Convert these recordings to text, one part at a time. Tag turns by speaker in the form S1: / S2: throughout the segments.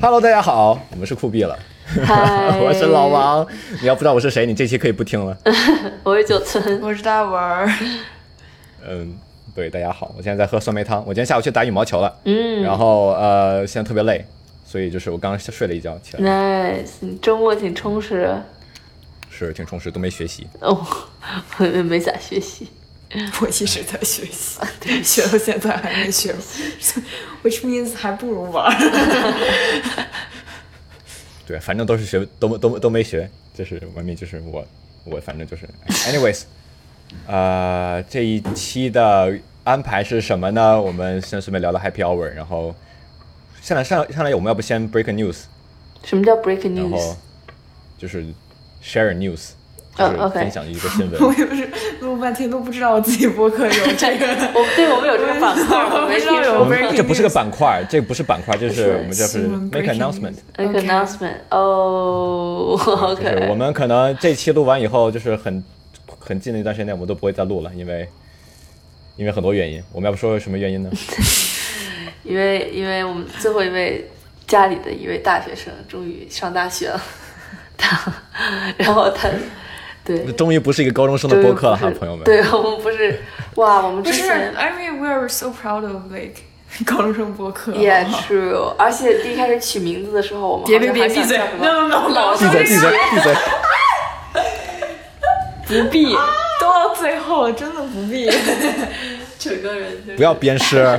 S1: Hello，大家好，我们是酷毙了，
S2: 嗨，
S1: 我是老，王。你要不知道我是谁，你这期可以不听了。
S2: 我是九村。
S3: 我是大文儿，
S1: 嗯，对，大家好，我现在在喝酸梅汤。我今天下午去打羽毛球了，
S2: 嗯
S1: 然后呃，现在特别累，所以就是我刚睡了一觉起来，
S2: ，nice，你周末挺充实
S1: 是挺充实，都没学习。
S2: 哦， 我也没咋学习。
S3: 我一直在学习，学到现在还没学，which means 还不如玩儿。
S1: 对，反正都是学，都都都没学，这是完美，就是我我反正就是，anyways，呃，这一期的安排是什么呢？我们先顺便聊聊 Happy Hour，然后上来上来上来，我们要不先 break a news，
S2: 什么叫 break
S1: 然后
S2: news？
S1: 就是 share a news，就
S2: 嗯
S1: 是
S2: ，OK。
S1: 分享一个新闻。
S3: 我也不是录半天都不知道我自己播客有这个
S2: 我对我们有这个板块， 我没听
S3: 我
S1: 我
S2: 说。
S1: 们
S3: breaking
S1: 这不是个板块，这不是板块，这是 我们这是
S3: 新闻
S1: make
S3: breaking
S1: announcement。
S2: 那个
S3: OK
S2: announcement 哦
S1: 就
S2: ，OK，
S1: 是我们可能这期录完以后，就是很很近的一段时间，我们都不会再录了，因为因为很多原因。我们要不说什么原因呢？
S2: 因为因为我们最后一位家里的一位大学生终于上大学了， 他，然后他，对，
S1: 终于不是一个高中生的播客了哈，朋友们。
S2: 对我们不是，哇，我们
S3: 不
S2: 之
S3: 是
S2: 前
S3: ，I mean we are so proud of like 高中生 播客。
S2: Yeah, true。而且第一开始取名字的时候，我们
S3: 别
S2: 好像
S3: 别别
S2: 还想
S3: 闭嘴
S2: 叫什么
S3: No, no, no,
S2: 老
S1: 闭嘴，闭嘴，闭嘴！
S2: 不必，
S3: 都到最后了，真的不必，
S2: 整个人就
S1: 不要鞭尸。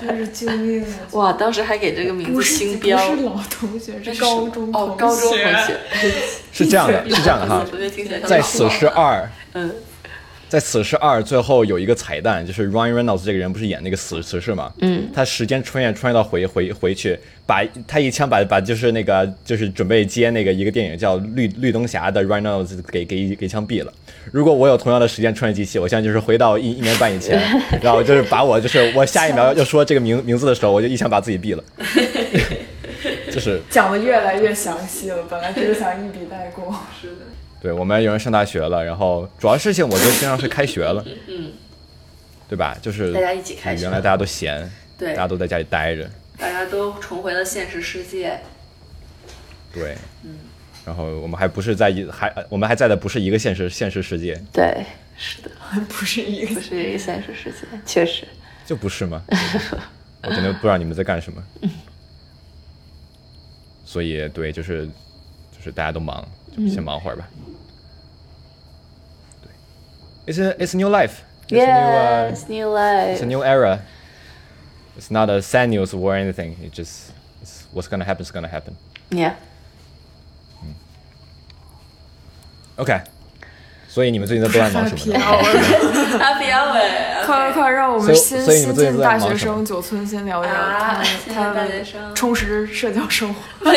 S3: 真是救命啊！
S2: 哇，当时还给这个名
S3: 不
S2: 字
S3: 是
S2: 星标，
S3: 不是老同学，
S2: 这
S3: 是
S2: 是
S3: 高中
S2: 哦，高中同学
S3: 学。
S1: 是这样的， 是这样的哈。
S2: 我觉得听起来像
S1: 在
S2: 老
S1: 此时二，
S2: 嗯，
S1: 在此时二最后有一个彩蛋，就是 Ryan Reynolds 这个人不是演那个死死侍嘛？嗯，他时间穿越穿越到回回回去，把他一枪把把就是那个就是准备接那个一个电影叫绿绿灯侠的 Ryan Reynolds 给给给枪毙了。如果我有同样的时间穿越机器，我现在就是回到一一年半以前，然后就是把我就是我下一秒要说这个名名字的时候，我就一枪把自己毙了。 就是
S3: 讲的越来越详细了，本来只是想一笔带过。
S1: 对我们有人上大学了，然后主要事情我觉得实际上是开学了，嗯，对吧？就是嗯
S2: 大家一起开学
S1: 原来大家都闲，
S2: 对
S1: 大家都在家里待着，
S2: 大家都重回了现实世界。
S1: 对，嗯，然后我们还不是在一还我们还在的不是一个现实现实世界，
S2: 对，是的，
S3: 不是一个
S2: 不是一个现实世界，确实。
S1: 就不是 吗？我真的不知道你们在干什么，所以对，就是就是大家都忙，
S2: 嗯
S1: 就先忙会儿吧。对，It's a, it's a new life. It's a new, uh,
S2: Yes, new
S1: It's a
S2: life.
S1: new era. It's not a sad news or anything. It just it's what's gonna happen is gonna happen.
S2: Yeah.
S1: OK，所以你们最近在都在忙什 么呢？
S2: Happy hour.
S3: 快快快，让我
S1: 所
S3: 们
S1: 以
S3: 新
S1: 所以你
S3: 新
S1: 们最近
S3: 进
S1: 都在
S3: 大
S1: 忙
S3: 学
S1: 什么
S3: 生九村先聊一聊
S2: 啊
S3: 他
S2: 新进
S3: 他
S2: 大
S3: 的
S2: 学生
S3: 充实社交生活。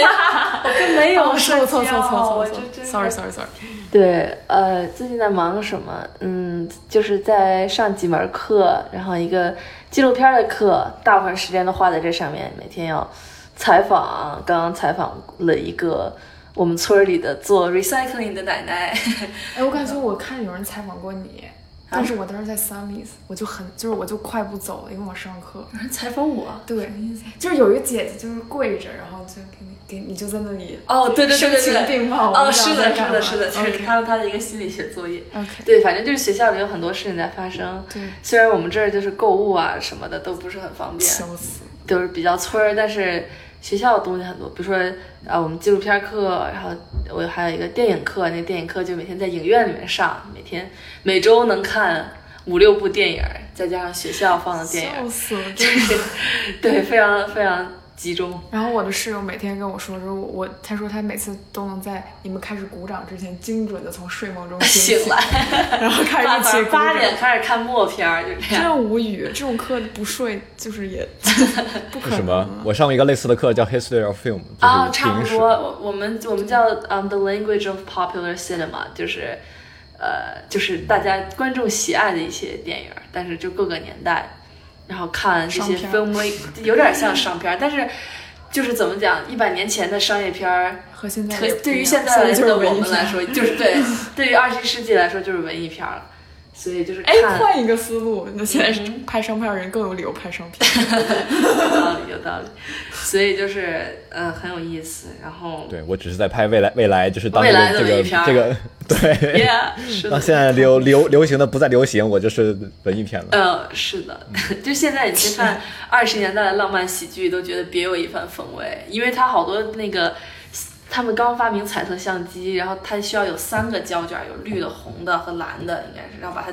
S2: 没有
S3: 哦
S2: 社
S3: 错
S2: 交，
S3: 错错错
S2: 我
S3: 错
S2: 这
S3: 错
S2: 真是
S3: ，sorry sorry sorry，
S2: 对，呃，最近在忙什么？嗯，就是在上几门课，然后一个纪录片的课，大部分时间都花在这上面。每天要采访，刚刚采访了一个我们村儿里的做 recycling 的奶奶。
S3: 哎，我感觉我看有人采访过
S2: 啊
S3: 你，但是我当时在 Sunny's，我就很就是我就快步走了，因为我上课。
S2: 有人采访我？
S3: 对，就是有一个姐姐就是跪着，然后就给你给你就在那里
S2: 哦，对对对对
S3: 声
S2: 对，
S3: 情并茂
S2: 哦，
S3: 我
S2: 是
S3: 不知道
S2: 的，
S3: 在
S2: 是
S3: 干
S2: 的，
S3: 嘛
S2: 是的，这是
S3: OK
S2: 他们他的一个心理学作业。
S3: OK
S2: 对，反正就是学校里有很多事情在发生。
S3: 对
S2: 虽然我们这儿就是购物啊什么的都不是很方便，
S3: 笑死，
S2: 就是比较村儿，但是学校的东西很多，比如说啊，我们纪录片课，然后我还有一个电影课，那电影课就每天在影院里面上，每天每周能看五六部电影儿，再加上学校放的电影
S3: 笑
S2: 儿，
S3: 死了，真是。
S2: 对，非常非常集中。
S3: 然后我的室友每天跟我说，就是我我，他说他每次都能在你们开始鼓掌之前，精准的从睡梦 中醒
S2: 醒来，
S3: 然后开
S2: 八
S3: 始一起
S2: 八
S3: 鼓掌
S2: 点开始看默片儿，就这
S3: 真
S2: 样。
S3: 的无语，这种课不睡就 是也不
S1: 为
S3: 可能。
S1: 什么？我上过一个类似的课叫 History of Film，
S2: 啊，
S1: 就是
S2: 差
S1: 电
S2: 不
S1: 影史。
S2: 多，我我们我们叫嗯、The Language of Popular Cinema，就是呃，就是大家观众喜爱的一些电影，但是就各个年代，然后看这些
S3: 商片
S2: filmmaker 有点像商片，但是就是怎么讲，一百年前的商业片儿。
S3: 和现在
S2: 和
S3: 也不
S2: 对于
S3: 一样
S2: 现在
S3: 在
S2: 的
S3: 就是
S2: 我
S3: 文艺
S2: 们来
S3: 片，
S2: 说，就是对，对于二十一世纪来说就是文艺片儿了。所以就是
S3: 哎
S2: 看，
S3: 换一个思路，那现在是拍商票人更有理由拍商票。
S2: 有道理有道理，所以就是呃很有意思，然后
S1: 对我只是在拍未来未来就是当
S2: 未
S1: 这
S2: 来
S1: 个
S2: 的
S1: 这
S2: 文
S1: 个
S2: 艺片儿
S1: 这 个对，
S2: yeah 是
S1: 当
S2: 的。
S1: 现在流流流行的不再流行，我就是文艺片了。
S2: 呃，是的， 就现在你去看二十年代的浪漫喜剧，都觉得别有一番风味，因为它好多那个，他们刚发明彩色相机，然后它需要有三个胶卷，有绿的、红的和蓝的，应该是，然后把它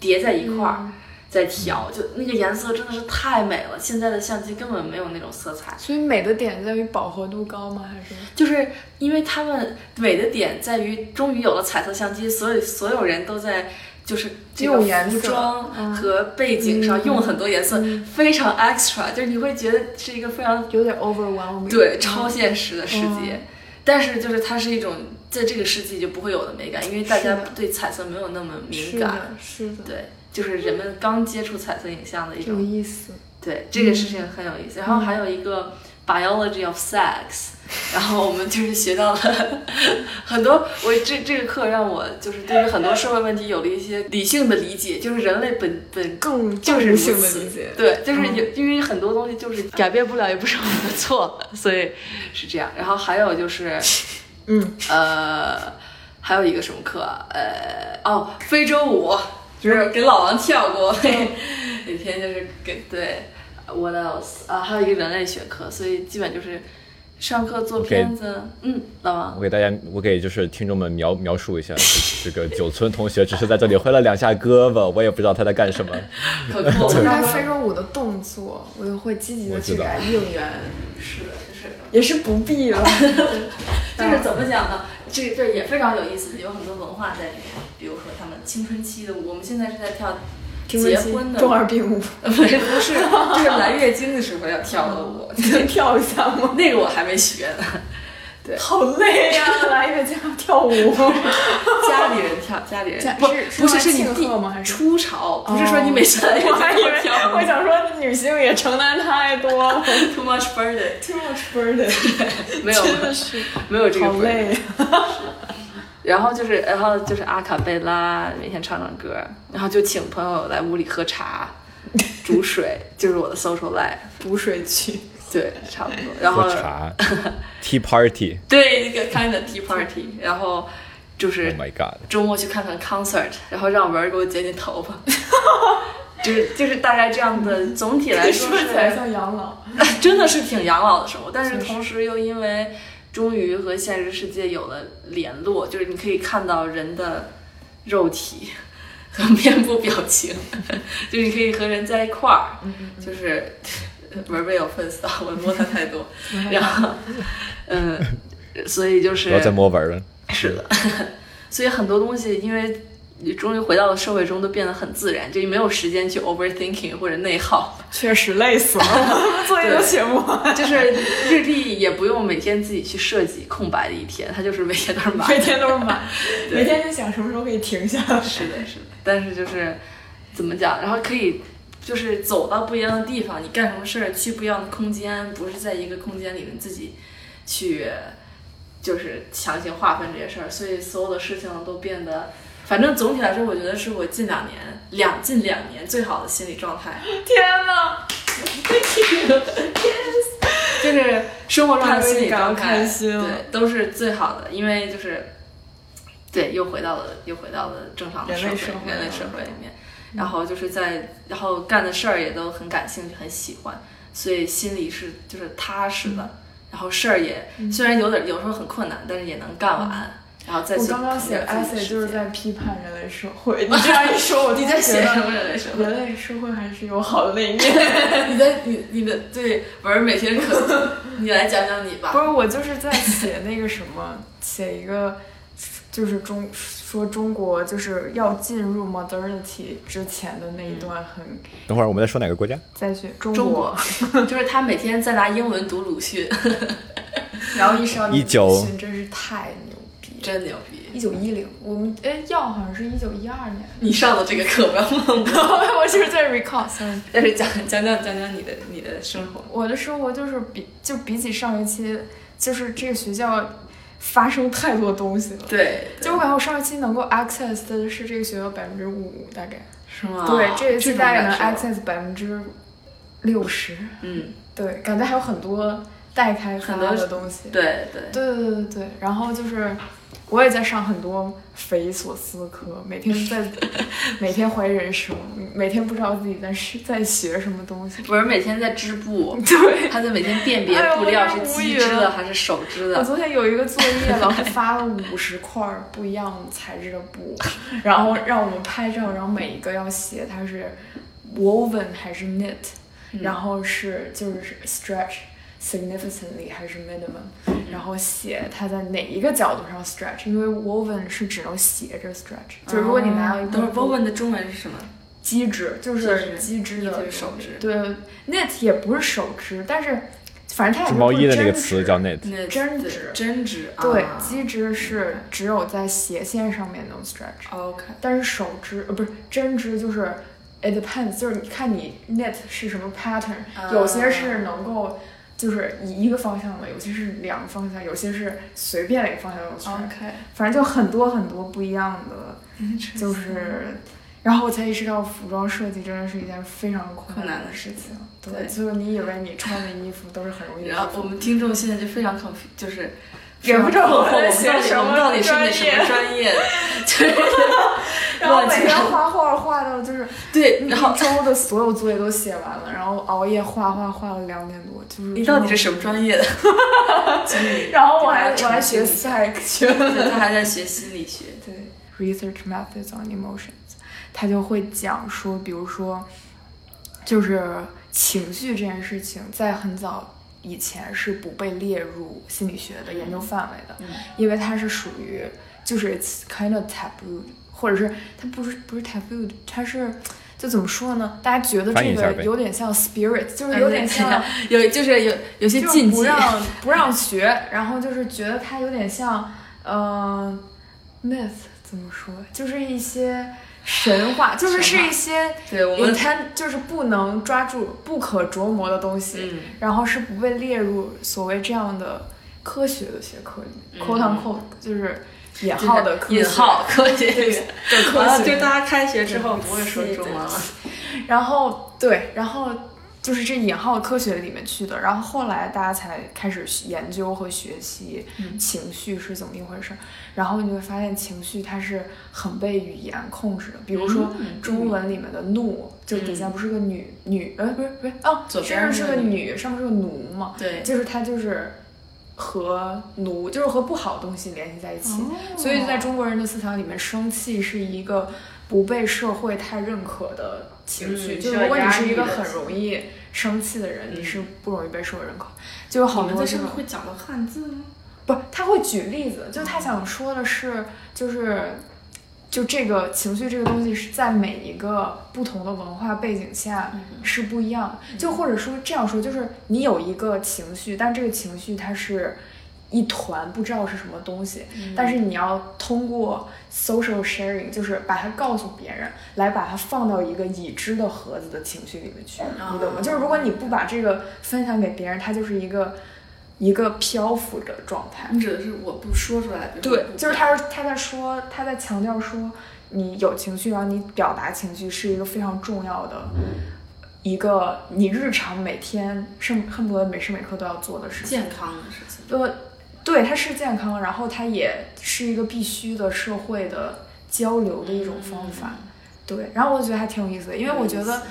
S2: 叠在
S3: 嗯
S2: 一块儿、再调，就那个颜色真的是太美了。现在的相机根本没有那种色彩，
S3: 所以美的点在于饱和度高吗？还是
S2: 就是因为他们美的点在于，终于有了彩色相机，所以所有人都在就是这个
S3: 用颜
S2: 服
S3: 色
S2: 装
S3: 嗯
S2: 和背景上用了很多颜色，非常 extra，就是你会觉得是一个非常
S3: 有点 overwhelming？
S2: 对
S3: 嗯
S2: 超现实的世界。但是就是它是一种在这个世纪就不会有的美感，因为大家
S3: 是的
S2: 对彩色没有那么敏
S3: 是
S2: 感，
S3: 的，是的，
S2: 对，就是人们刚接触彩色影像的一
S3: 有
S2: 种
S3: 意思。
S2: 对，这个事情很有意思。然后还有一个 biology of sex，然 后我们就是学到了 很多。我这这个课让我就是对于很多社会问题有了一些理性的理解，就是人类本本
S3: 更
S2: 就是
S3: 动
S2: 如
S3: 物性
S2: 此
S3: 的理解。
S2: 对，嗯就是有、因为很多东西就是改变不了，也不是我们的错，所以是这样。然后还有 就是，
S3: 嗯，
S2: 呃，还有一个什么课啊？呃，哦，非洲舞，就是给老王跳过， 嘿，每天就是给对，what else 啊？还有一个人类学课，所以基本就是上课做
S1: OK
S2: 片子。嗯，老王
S1: 我给大家，我给就是听众们描描述一下， 这个九村同学只是在这里挥了两下胳膊，我也不知道他在干什么。
S2: 可 酷
S3: 就是他
S2: 了，
S3: 非洲舞的动作，我就会积极
S1: 我
S3: 的
S1: 知
S3: 去
S1: 道
S3: 改应援，
S2: 是的，是的。
S3: 也是不必啊 了。嗯
S2: 就是怎么讲呢？这这也非常有意思，有很多文化在里面。比如说他们青春期的舞，我们现在是在跳
S3: 青春
S2: 结
S3: 期
S2: 婚的
S3: 中二 病舞，
S2: 不是不是，就是来月经的时候要跳的舞，
S3: 你能跳一下吗？
S2: 那个我还没学呢。
S3: 好累 呀、来一个家跳 舞，
S2: 家里人跳，家里人
S3: 家
S2: 不
S3: 是
S2: 不是
S3: 是
S2: 是你
S3: 庆
S2: 弟
S3: 贺吗还是哦
S2: 初潮，不是说你每次来月
S3: 我还以
S2: 经
S3: 为
S2: 都跳
S3: 我想说女性也承担太多了
S2: too much burden，
S3: ，too much burden，
S2: 没有
S3: 真的是
S2: 没有这个
S3: 好
S2: burden。
S3: 累。啊
S2: 然后就是，然后就是阿卡贝拉，每天唱唱歌，然后就请朋友来屋里喝 茶、煮水，就是我的 social life。
S3: 补水区，
S2: 对，差不多。然后
S1: 喝 茶，Tea Party。
S2: 对一个 kind of tea party，然后就
S1: Oh
S2: 是
S1: my god！
S2: 周末去看看 concert，然后让文儿给我剪剪头发， 就是就是大概这样的。总体来说
S3: 说起 来
S2: 是
S3: 像养 老，
S2: 真的是挺养老的生活，但是同时又因为终于和现实世界有了联络，就是你可以看到人的肉体 和面部表情， 就是你可以和人在一块儿，就是文儿被我 f 到，我摸他太多， 然后嗯，所以就是
S1: 不要再摸纹了。
S2: 是的， 所以很多东西因为。你终于回到了社会中，都变得很自然，就没有时间去 overthinking 或者内耗。
S3: 确实累死 了，作业都写不 完，
S2: 就是日历也不用每天自己去设计空白的一天，它就是每天都是满的。
S3: 每天都是 满，
S2: 对
S3: 每天就想什么时候可以停下来。
S2: 是的，是的。但是就是怎么讲，然后可以就是走到不一样的地方，你干什么事儿去不一样的空间，不是在一个空间里面自己去就是强行划分这些事儿，所以所有的事情都变得。反正总体来说，我觉得是我近两年两近两年最好的心理状态，
S3: 天哪，
S2: 就是生活中的心理状
S3: 太
S2: 态，
S3: 开心了
S2: 对，都是最好的，因为就是，对，又回到了又回到了正常的社会，
S3: 人类社会
S2: 人类社会里面，然后就是在然后干的事儿也都很感兴趣，很喜欢，所以心里是就是踏实的，
S3: 嗯
S2: 然后事儿也、虽然有点有时候很困难，但是也能干完，然后再
S3: 嗯我
S2: 去
S3: 刚刚写
S2: 了
S3: essay 就是在批判人类社会，你这样一 说，我
S2: 你
S3: 就
S2: 在
S3: 觉
S2: 写什
S3: 得
S2: 么人类社会？
S3: 人类社会还是有好的那一面。
S2: 你在你你的对文儿每天可，你来讲讲你
S3: 不
S2: 吧。
S3: 是，我就是在写那个什么，写一个，就是中说中国就是要进入 modernity 之前的那一段很
S1: 等会儿我们在说哪个国家？
S3: 在学嗯中
S2: 中国 就是他每天在拿英文读鲁迅，
S3: 然后意识到
S1: 一九
S3: 鲁迅真是太牛逼了。
S2: 真牛逼。
S3: 一九一零，我们哎药好像是一九一二年，
S2: 你上的这个课，不要忘 了。
S3: 我就是在 recall sorry。
S2: 但是讲讲讲讲讲你的你的生活，
S3: 我的生活就是比就比起上一期，就是这个学校发生太多东西了。
S4: 对，
S3: 就我感觉我上一期能够 access 的是这个学校百分之五大概，
S4: 是吗？
S3: 对，这一期
S4: 种
S3: 大概能
S4: 感受
S3: access 百分之六十，
S4: 嗯，
S3: 对，感觉还有很多待开发
S4: 很多
S3: 的东西。
S4: 对对，
S3: 对对对对对，然后就是我也在上很多匪夷所思的课，每天 在每天怀疑人生，每天不知道自己在是在学什么东西。
S4: 我是每天在织布，
S3: 对，
S4: 他在每天辨别
S3: 哎呀
S4: 布料
S3: 我有
S4: 是
S3: 点无
S4: 机
S3: 语
S4: 织的
S3: 了
S4: 还是手织
S3: 我
S4: 的，
S3: 昨天有一个作业，老师发了五十块儿不一样材质的 布，然后让我们拍照，然后每一个要写它是 woven 还是 knit，、然后是就是 stretch。significantly 还是 minimum，然后写它在哪一个角度上 stretch，因为 woven 是只能斜着 stretch，、就是哦如果你拿到一
S4: 等会
S3: 个
S4: 儿 woven 的中嗯啊文是什么？
S3: 机制，就
S4: 就是
S3: 是机制
S4: 就
S3: 的
S4: 是
S3: 东西，
S4: 手织
S3: 对，knit 也不是手织，但是反正它
S1: 织
S3: 也
S1: 毛衣的那个
S3: 不是
S1: 词
S3: 针织
S1: 叫 net，
S4: 那
S3: 针
S4: 对
S3: 织
S4: 针织，
S3: 对
S4: 啊，
S3: 机织是只有在斜线上面能 stretch，
S4: OK，
S3: 但是手织呃不是针织就是 it depends，就是你看你 knit 是什么 pattern，、
S4: 啊
S3: 有些是能够就是以一个方向的，有些是两个方向，有些是随便哪个方向都 stretch，、
S4: OK，
S3: 反正就很多很多不一样的，就是。然后我才意识到，服装设计真的是一件非常困
S4: 困难
S3: 难
S4: 的
S3: 的事情。
S4: 对
S3: 对，就是你以为你穿的衣服都是很容易的衣服，
S4: 然后 我们听众现在就非常 conf，就是
S3: 也不知道
S4: 我
S3: 我
S4: 们
S3: 在
S4: 到
S3: 学
S4: 底
S3: 什
S4: 我
S3: 么
S4: 们到底是那
S3: 专
S4: 什
S3: 业
S4: 么专 业，就是
S3: 然后每天
S4: 乱七
S3: 画画画到就是
S4: 对，
S3: 一
S4: 然后
S3: 周的所有作业都写完了，然后熬夜画画画了两点多，就是
S4: 你到底是什么专业的？就是
S3: 然后我
S4: 给
S3: 还啊我
S4: 大家澄
S3: 还
S4: 清一
S3: 学 psych 去了，
S4: 下他还在学心理学，
S3: 对 research methods on emotions，他就会讲说，比如说就是情绪这件事情，在很早以前是不被列入心理学的研究范围的，
S4: 嗯
S3: 因为它是属于就是 it's kind of taboo，或者是它不是不是 taboo，它是就怎么说呢？大家觉得
S1: 翻译
S3: 这
S1: 一下
S3: 个
S1: 呗
S3: 有点像 spirit，就是
S4: 嗯
S3: 有 点像。
S4: 有就是有有些
S3: 就是
S4: 禁
S3: 不
S4: 忌，
S3: 让不让学，然后就是觉得它有点像，呃，myth 怎么说，就是一些神话，就
S4: 神
S3: 是是
S4: 话
S3: 一些
S4: 对我们
S3: intent，就是不能抓住、不可琢磨的东西，
S4: 嗯
S3: 然后是不被列入所谓这样的科学的学科里面，quote unquote，就是引号的科
S4: 嗯
S3: 学
S4: 引号科学
S3: 的科
S4: 完了，
S3: 学，
S4: 对大家开学之后不会说中文了。
S3: 然后对，然后就是这引号科学里面去的，然后后来大家才开始研究和学习
S4: 嗯
S3: 情绪是怎么一回事儿，然后你会发现情绪它是很被语言控制的，比如说
S4: 嗯
S3: 中文里面的怒，就底下不是个女、女，呃，不是不是哦，
S4: 左边
S3: 边上是
S4: 是
S3: 个
S4: 个女
S3: 女，上面是个奴嘛，
S4: 对
S3: 就是它就是。和奴就是和不好的东西联系在一起，
S4: 哦
S3: 所以在中国人的思想里面，生气是一个不被社会太认可的情绪。
S4: 嗯
S3: 就
S4: 需要
S3: 如果你
S4: 压
S3: 是
S4: 抑
S3: 一个
S4: 的
S3: 很容易生气的人，
S4: 嗯
S3: 你是不容易被社会认可。就有好
S4: 你们
S3: 多
S4: 在
S3: 这
S4: 上面
S3: 种，
S4: 会讲到汉字吗？
S3: 不，他会举例子，就他想说的是，就是。就这个情绪这个东西是在每一个不同的文化背景下是不一样的，就或者说这样说，就是你有一个情绪，但这个情绪它是一团不知道是什么东西，
S2: 嗯
S4: 嗯
S3: 但是你要通过 social sharing，就是把它告诉别人，来把它放到一个已知的盒子的情绪里面去，你懂吗？就是如果你不把这个分享给别人，它就是一个一个漂浮的状态。
S4: 你指的是我不说出来，比如说
S3: 对
S4: 我，不
S3: 就是他他在说，他在强调说，你有情绪，然后你表达情绪是一个非常重要的，一个你日常每天甚恨不得每时每刻都要做的事情。
S4: 健康的事情。
S3: 呃，对，它是健康，然后它也是一个必须的社会的交流的一种方法。对，然后我觉得还嗯挺有意思的，因为我觉得，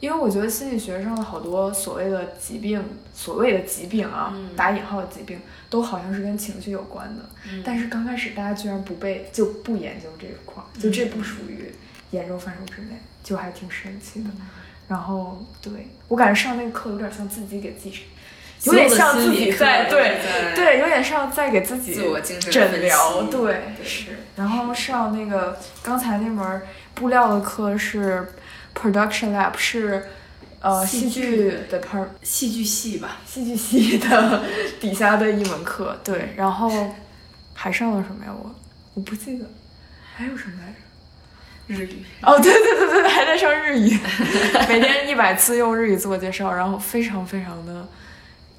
S3: 因为我觉得心理学上的好多所谓的疾病，所谓的疾病啊，打引号的疾病，都好像是跟情绪有关的。
S5: 嗯
S3: 但是刚开始大家居然不被就不研究这一块儿，就这不属于研究范畴之内，就还挺神奇的。然后对我感觉上那个课有点像自己给自己，有点像自己在
S4: 所有的心理
S3: 对
S4: 课都是在
S3: 对，有点像在给自己
S4: 自我精神
S3: 诊
S4: 分
S3: 疗，
S4: 析
S3: 对
S4: 对
S3: 是。然后上那个刚才那门布料的课是 production lab 是。呃，
S4: 戏
S3: 戏
S4: 剧
S3: 剧 depart
S4: 戏剧系吧，
S3: 戏剧系的底下的一门课，对，然后还上了什么呀？我我不记得，还有什么来着？
S4: 日语。
S3: 哦，对对对对，还在上日语，每天一百次用日语自我介绍，然后非常非常的，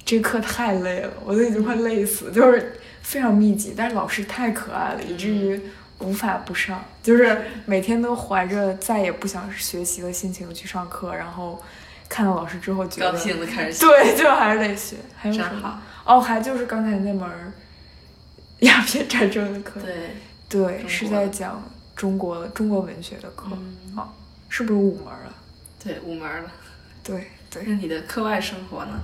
S3: 这课太累了，我都已经快累死，就是非常密集，但是老师太可爱了，以至于
S5: 嗯
S3: 无法不上，就是每天都怀着再也不想学习的心情去上课，然后看到老师之后觉得
S5: 高兴的开始笑，
S3: 对，就还是得学，还有
S5: 真
S3: 什么
S5: 好？
S3: 哦，还就是刚才那门儿鸦片战争的课，
S5: 对，
S3: 对，
S5: 中
S3: 是
S5: 国
S3: 在讲中国中国文学的课，哦，是不是五门儿啊？
S5: 对，五门儿了。
S3: 对对，
S5: 那你的课外生活呢？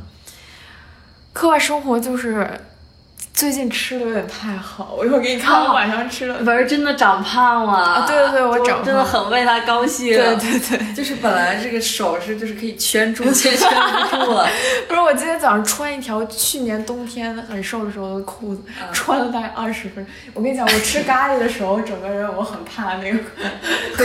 S3: 课外生活就是最近吃的有点太好，我一会儿给你看我晚上吃的。
S4: 文儿真的长胖了，
S3: 啊对对对我长胖
S4: 真的很为他高兴。
S3: 对对 对，
S5: 就是本来这个手是就是可以圈住，现在圈不 住了。
S3: 不是我今天早上穿一条去年冬天很瘦的时候的裤子，
S5: 嗯
S3: 穿了大概二十分钟。我跟你讲，我吃咖喱的时候，整个人我很怕 那个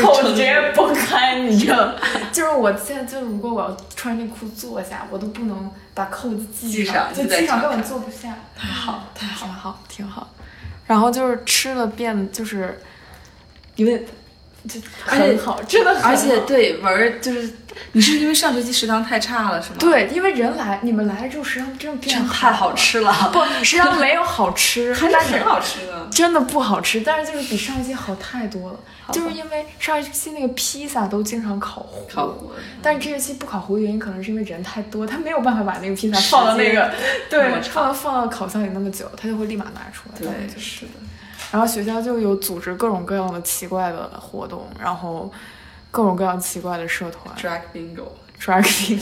S3: 扣子直接崩开，你知道吗？就是我现在就如果我要穿那裤坐下，我都不能把扣子系
S5: 系上
S3: 就
S5: 就在
S3: 系上
S5: 床
S3: 根本坐不下。太好，太好，挺好，挺好。然后就是吃了变得就是有点就很好，真的很好，
S5: 而且对文儿就是，你是因为上学期食堂太差了是吗？，
S3: 对，因为人来你们来了之后，实际上真的变
S5: 真
S3: 好
S5: 太好
S3: 了。
S5: 吃 了，
S3: 不，实际上没有好吃，
S5: 还是
S3: 但
S5: 很好吃的。
S3: 真的不好吃，但是就是比上一期好太多了， 就是因为上一期那个披萨都经常烤糊，
S5: 烤糊
S3: 但是这一期不烤糊的原因可能是因为人太多，他没有办法把那个披萨放到 那个对
S5: 那么
S3: 放到放到烤箱里那么久，他就会立马拿出来。
S5: 对，
S3: 就是
S5: 的，
S3: 然后学校就有组织各种各样的奇怪的活动，然后各种各样奇怪的社团
S5: drag bingo
S3: ，drag king，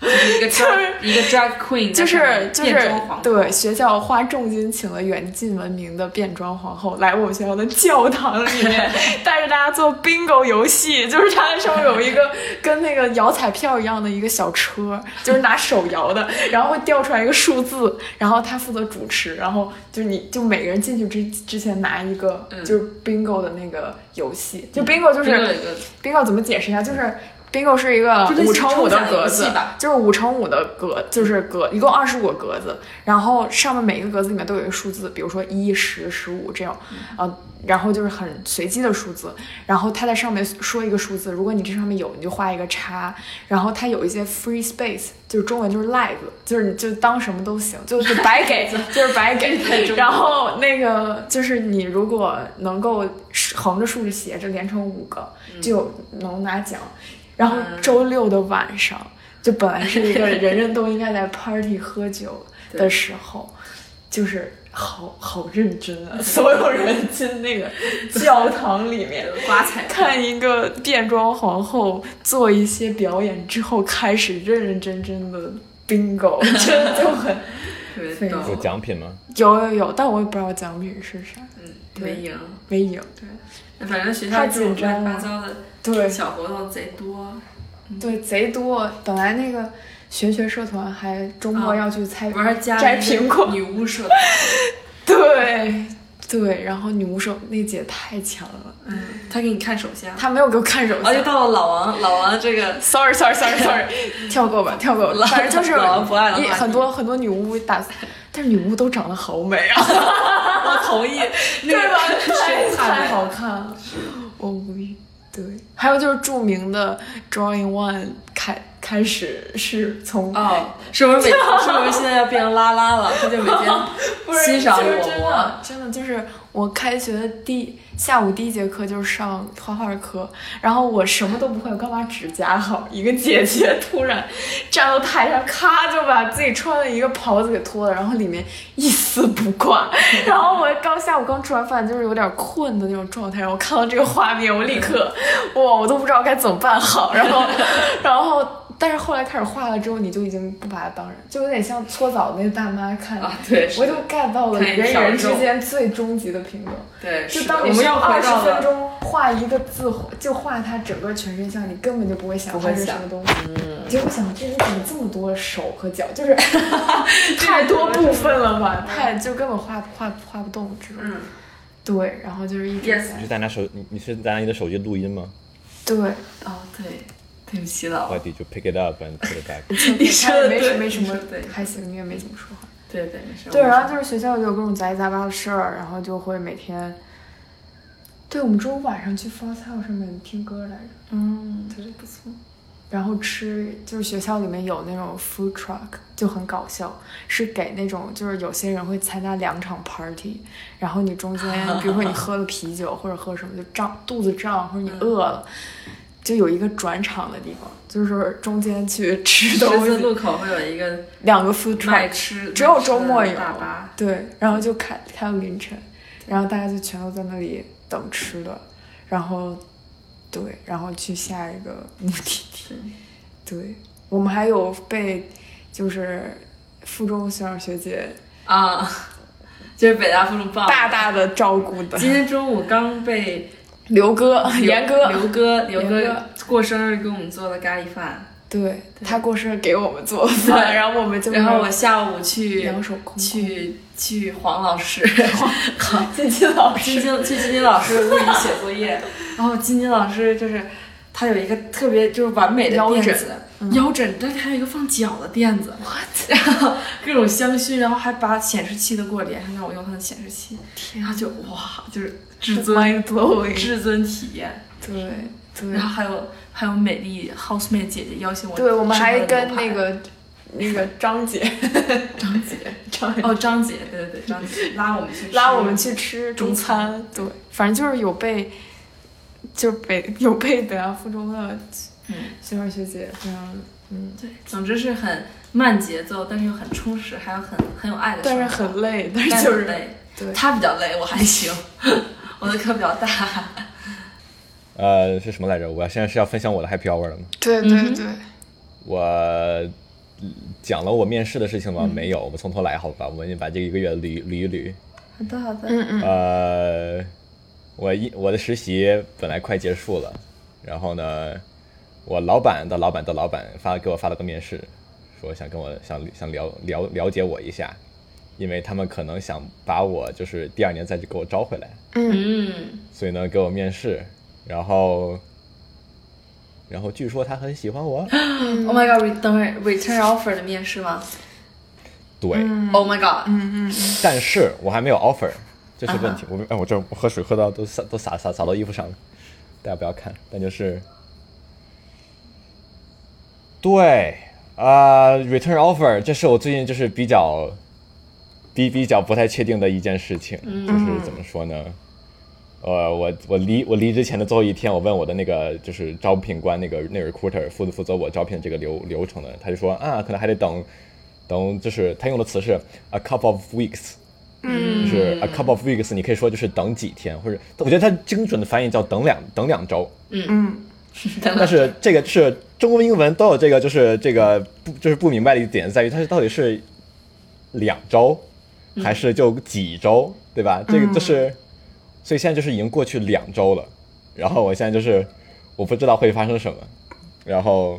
S5: 就是一个 drag 一个 drag queen，
S3: 就是就
S5: 在上面变
S3: 是
S5: 装皇后
S3: 对学校花重金请了远近闻名的变装皇后来我们学校的教堂里 面，带着大家做 bingo 游戏，就是它上面有一 个跟那个摇彩票一样的一个小车，就是拿手摇的，然后会掉出来一个数字，然后他负责主持，然后就是你就每个人进去之之前拿一个
S5: 嗯
S3: 就是 bingo 的那个游戏，就 bingo 就是
S5: bingo 有一个
S3: bingo 怎么解释一下？就是 bingo 是一个
S5: 就类似于
S3: 五乘五的格
S5: 抽奖游
S3: 子
S5: 戏吧，
S3: 就是五乘五的格，就是格，一共二十五个格子，然后上面每个格子里面都有一个数字，比如说一、十、十五这样，呃，然后就是很随机的数字，然后它在上面说一个数字，如果你这上面有，你就画一个叉，然后它有一些 free space，就是中文就是赖子，就是你就当什么都行，就是白给，就是白给，然后那个就是你如果能够横着竖着斜着连成五个，就能拿奖。然后周六的晚上，就本来是一个人人都应该在 party 喝酒的时候，就是好好认真啊， 所有人进那个教堂里面。
S5: 刮 彩票
S3: 看一个变装皇后做一些表演之后，开始认认真真的 bingo，真的就很
S5: 特别
S1: 有
S5: 逗，
S1: 奖品吗？
S3: 有有有，但我也不知道奖品是啥，
S5: 嗯，没赢。
S3: 没赢。
S5: 反正学校这
S3: 太
S5: 种
S3: 紧
S5: 乱
S3: 张
S5: 七
S3: 了
S5: 八糟的
S3: 对
S5: 小活动贼多，
S3: 对，贼多。本来那个玄学社团还周末
S5: 啊
S3: 要去采、
S5: 玩儿家
S3: 摘
S5: 里
S3: 苹果，
S5: 女巫社，
S3: 对对，然后女巫手那姐太强了，
S5: 嗯，他给你看手相，
S3: 她没有给我看手
S5: 然后就
S3: 相。
S5: 到了老王，老王这个
S3: Sorry, sorry, sorry, sorry，跳 过吧，跳过吧。
S5: 老
S3: 反正就是
S5: 老王不爱的话
S3: 一
S5: 题
S3: 很多很多女巫打，但是女巫都长得好美啊，
S5: 我同意，那
S3: 对
S5: 个
S3: 吧？太
S5: 是
S3: 太好看了，我无语。对，还有就是著名的 Drawing One 开开始是从
S5: 哦，是 不是每是不是现在要变成拉拉了？他就每
S3: 不
S5: 天
S3: 是
S5: 欣赏
S3: 就是
S5: 我
S3: 真
S5: 我
S3: 的，真的就是我开学的第下午第一节课就是上画画课，然后我什么都不会，我干嘛指甲好？一个姐姐 突然站到台上，咔就把自己穿的一个袍子给脱了，然后里面一丝不 挂。然后我刚下午刚吃完饭，就是有点困的那种状态，然后我看到这个画面，我立刻哇，我都不知道该怎么办好。然 后，然后。但是后来开始画了之后，你就已经不把它当人，就有点像搓澡那个大妈看
S5: 啊，对，是
S3: 我就 get 到了
S5: 看一
S3: 人与
S5: 条
S3: 人之
S5: 肉
S3: 间最终极的平等。
S5: 对，
S3: 就是当
S5: 的
S3: 你
S5: 我们
S3: 需要
S5: 要回
S3: 二十
S5: 到
S3: 分
S5: 了，
S3: 钟画一个字，就画他整个全身像，你根本就不会想
S5: 不
S3: 它
S5: 会
S3: 是什
S5: 想嗯
S3: 么东西。你就会想这人怎么这么多手和脚，就是 太多部分了吧，太就根本画画画不动这种。
S5: 嗯，
S3: 对，然后就是一直
S5: Yes
S1: 你
S3: 在
S1: 是在拿手，你你是在拿你的手机录音吗
S3: 对，
S5: 哦对，对不起老王
S1: ？Why，did you pick it up and put it back？
S5: 你说
S3: 他也
S5: 的
S3: 没
S5: 对
S3: 没什
S5: 你
S3: 么
S5: 说的对，嗯
S3: 还行，你也没怎么说话。
S5: 对对没事，
S3: 对，
S5: 我们
S3: 然后就是学校有各种杂七杂八的事儿，然后就会每天。
S2: 嗯
S3: 对，我们周五晚上去 Fort House 上面听歌来着。嗯，对，不错。然后吃就是学校里面有那种 food truck，就很搞笑，是给那种就是有些人会参加两场 party，然后你中间比如说你喝了啤酒或者喝什么就胀肚子胀或者你
S2: 嗯
S3: 饿了，就有一个转场的地方，就是中间去吃
S2: 十
S3: 东
S2: 字路
S3: 西，
S2: 口会有一个
S3: 两个 food
S2: 卖
S3: truck，
S2: 吃，
S3: 只有周末
S2: 卖吃
S3: 有
S2: 的大巴。
S3: 对，然后就开开到凌晨，然后大家就全都在那里等吃的，然后对，然后去下一个目的地。对，我们还有被就是附中学长学姐
S2: 啊，就是北大附中报。
S3: 大大的照顾的
S2: 今天中午刚被
S3: 刘哥、
S2: 刘
S3: 严哥，
S2: 刘哥、刘
S3: 严
S2: 哥
S3: 哥
S2: 过生日给我们做的咖喱饭，
S3: 对他过生日给我们做饭，然后我们就
S2: 然后我下午去
S3: 两手空空
S2: 去去黄老 师，
S3: 进去老师
S2: 金金去金金老师屋里写作业，然后金金老师就是他有一个特别就是完美的
S3: 腰
S2: 垫
S3: 枕嗯
S2: 子，腰枕，但是还有一个放脚的垫子 然后各种香薰，然后还把显示器都给我连上，让我用他的显示器，然后就哇，就是至尊
S3: mind blowing，
S2: 至尊体验。
S3: 对对
S2: 然后还有还有美丽 housemate 姐姐邀请我，
S3: 对，我们还跟那个那个张姐
S2: 张姐，
S3: 张姐
S2: 哦张姐，对对对，张姐拉我们去吃
S3: 拉我们去吃
S2: 中
S3: 中
S2: 餐
S3: 餐，对，反正就是有被，就是被有被北大附中的
S2: 嗯
S3: 学长学姐非常嗯，
S2: 对，总之是很慢节奏，但是又很充实，还有很很有爱的
S3: 但
S2: 生活，
S3: 是很累，但
S2: 但嗯
S3: 是
S2: 是
S3: 就是
S2: 累，
S3: 对
S2: 他比较累，我还行， 我的课比较大，
S1: 呃，是什么来着？我现在是要分享我的 happy hour 了吗？
S3: 对对对，
S1: 我嗯讲了我面试的事情吗？没有，我们从头来好吧？我们把这一个月捋捋一捋。
S2: 好的好的，
S3: 嗯嗯，
S1: 呃，我一我的实习本来快结束了，然后呢，我老板的老板的老板发给我发了个面试，说想跟我想想了了了解我一下，因为他们可能想把我就是第二年再去给我招回来，
S2: 嗯，
S1: 所以呢给我面试，然后。然后据说他很喜欢我，
S3: 嗯
S2: Oh my god！等会儿 return offer 的面试吗
S1: 对，
S3: 嗯
S2: ？Oh my god！
S1: 但是我还没有 offer，这是问题。我哎，我这我喝水喝到都洒都洒洒洒到衣服上了，大家不要看。但就是，对啊、r e t u r n offer，这是我最近就是比较比比较不太确定的一件事情，就是怎么说呢？呃，我我离我离职前的最后一天，我问我的那个就是招聘官那个那个 recruiter 负责负责我招聘这个流流程的，他就说啊，可能还得等等，就是他用的词是 a couple of weeks，嗯，就是 a couple of weeks，你可以说就是等几天，或者我觉得他精准的翻译叫等两等两周，
S3: 嗯
S1: 但是这个是中文、英文都有这个，就是这个不就是不明白的一点在于，它是到底是两周还是就几周，对吧？这个就是，所以现在就是已经过去两周了，然后我现在就是我不知道会发生什么，然后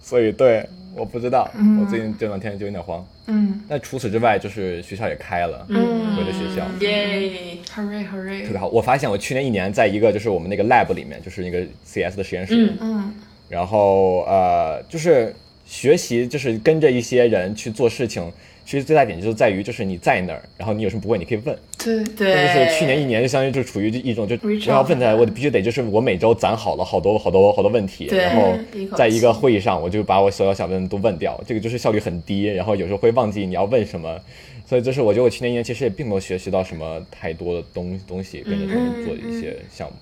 S1: 所以对我不知道，我最近这两天就有点慌。
S3: 嗯
S1: 那除此之外，就是学校也开了，
S3: 嗯
S1: 回了学校。
S2: 耶！
S3: ，hurry
S1: 特别
S3: hurry，
S1: 好，我发现我去年一年在一个就是我们那个 lab 里面，就是那个 CS 的实验室，
S2: 嗯
S3: 嗯
S1: 然后呃，就是学习，就是跟着一些人去做事情。其实最大点就是在于，就是你在那儿，然后你有什么不会，你可以问。
S3: 对，
S1: 这
S2: 对，
S1: 就是去年一年就相当于就处于一种就
S3: Reach
S1: 然后
S3: out
S1: 问他，我必须得就是我每周攒好了好多好多好多问题，
S2: 对
S1: 然后
S2: 一口
S1: 在一个
S2: 气
S1: 会议上我就把我所有想问的都问掉，这个就是效率很低，然后有时候会忘记你要问什么，所以就是我觉得我去年一年其实也并没有学习到什么太多的东东西，跟着他们做一些项目，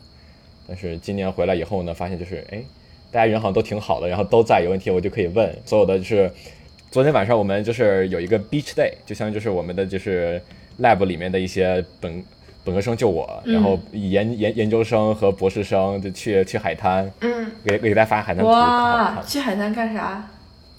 S1: 但是今年回来以后呢，发现就是哎，大家人好像都挺好的，然后都在有问题我就可以问，所有的就是昨天晚上我们就是有一个 beach day，就相当于就是我们的就是 lab 里面的一些本本科生就我，然后研研研究生和博士生就去去海滩，
S3: 嗯，
S1: 给给大家发海滩图，看
S2: 哇，
S1: 看。
S2: 去海滩干啥？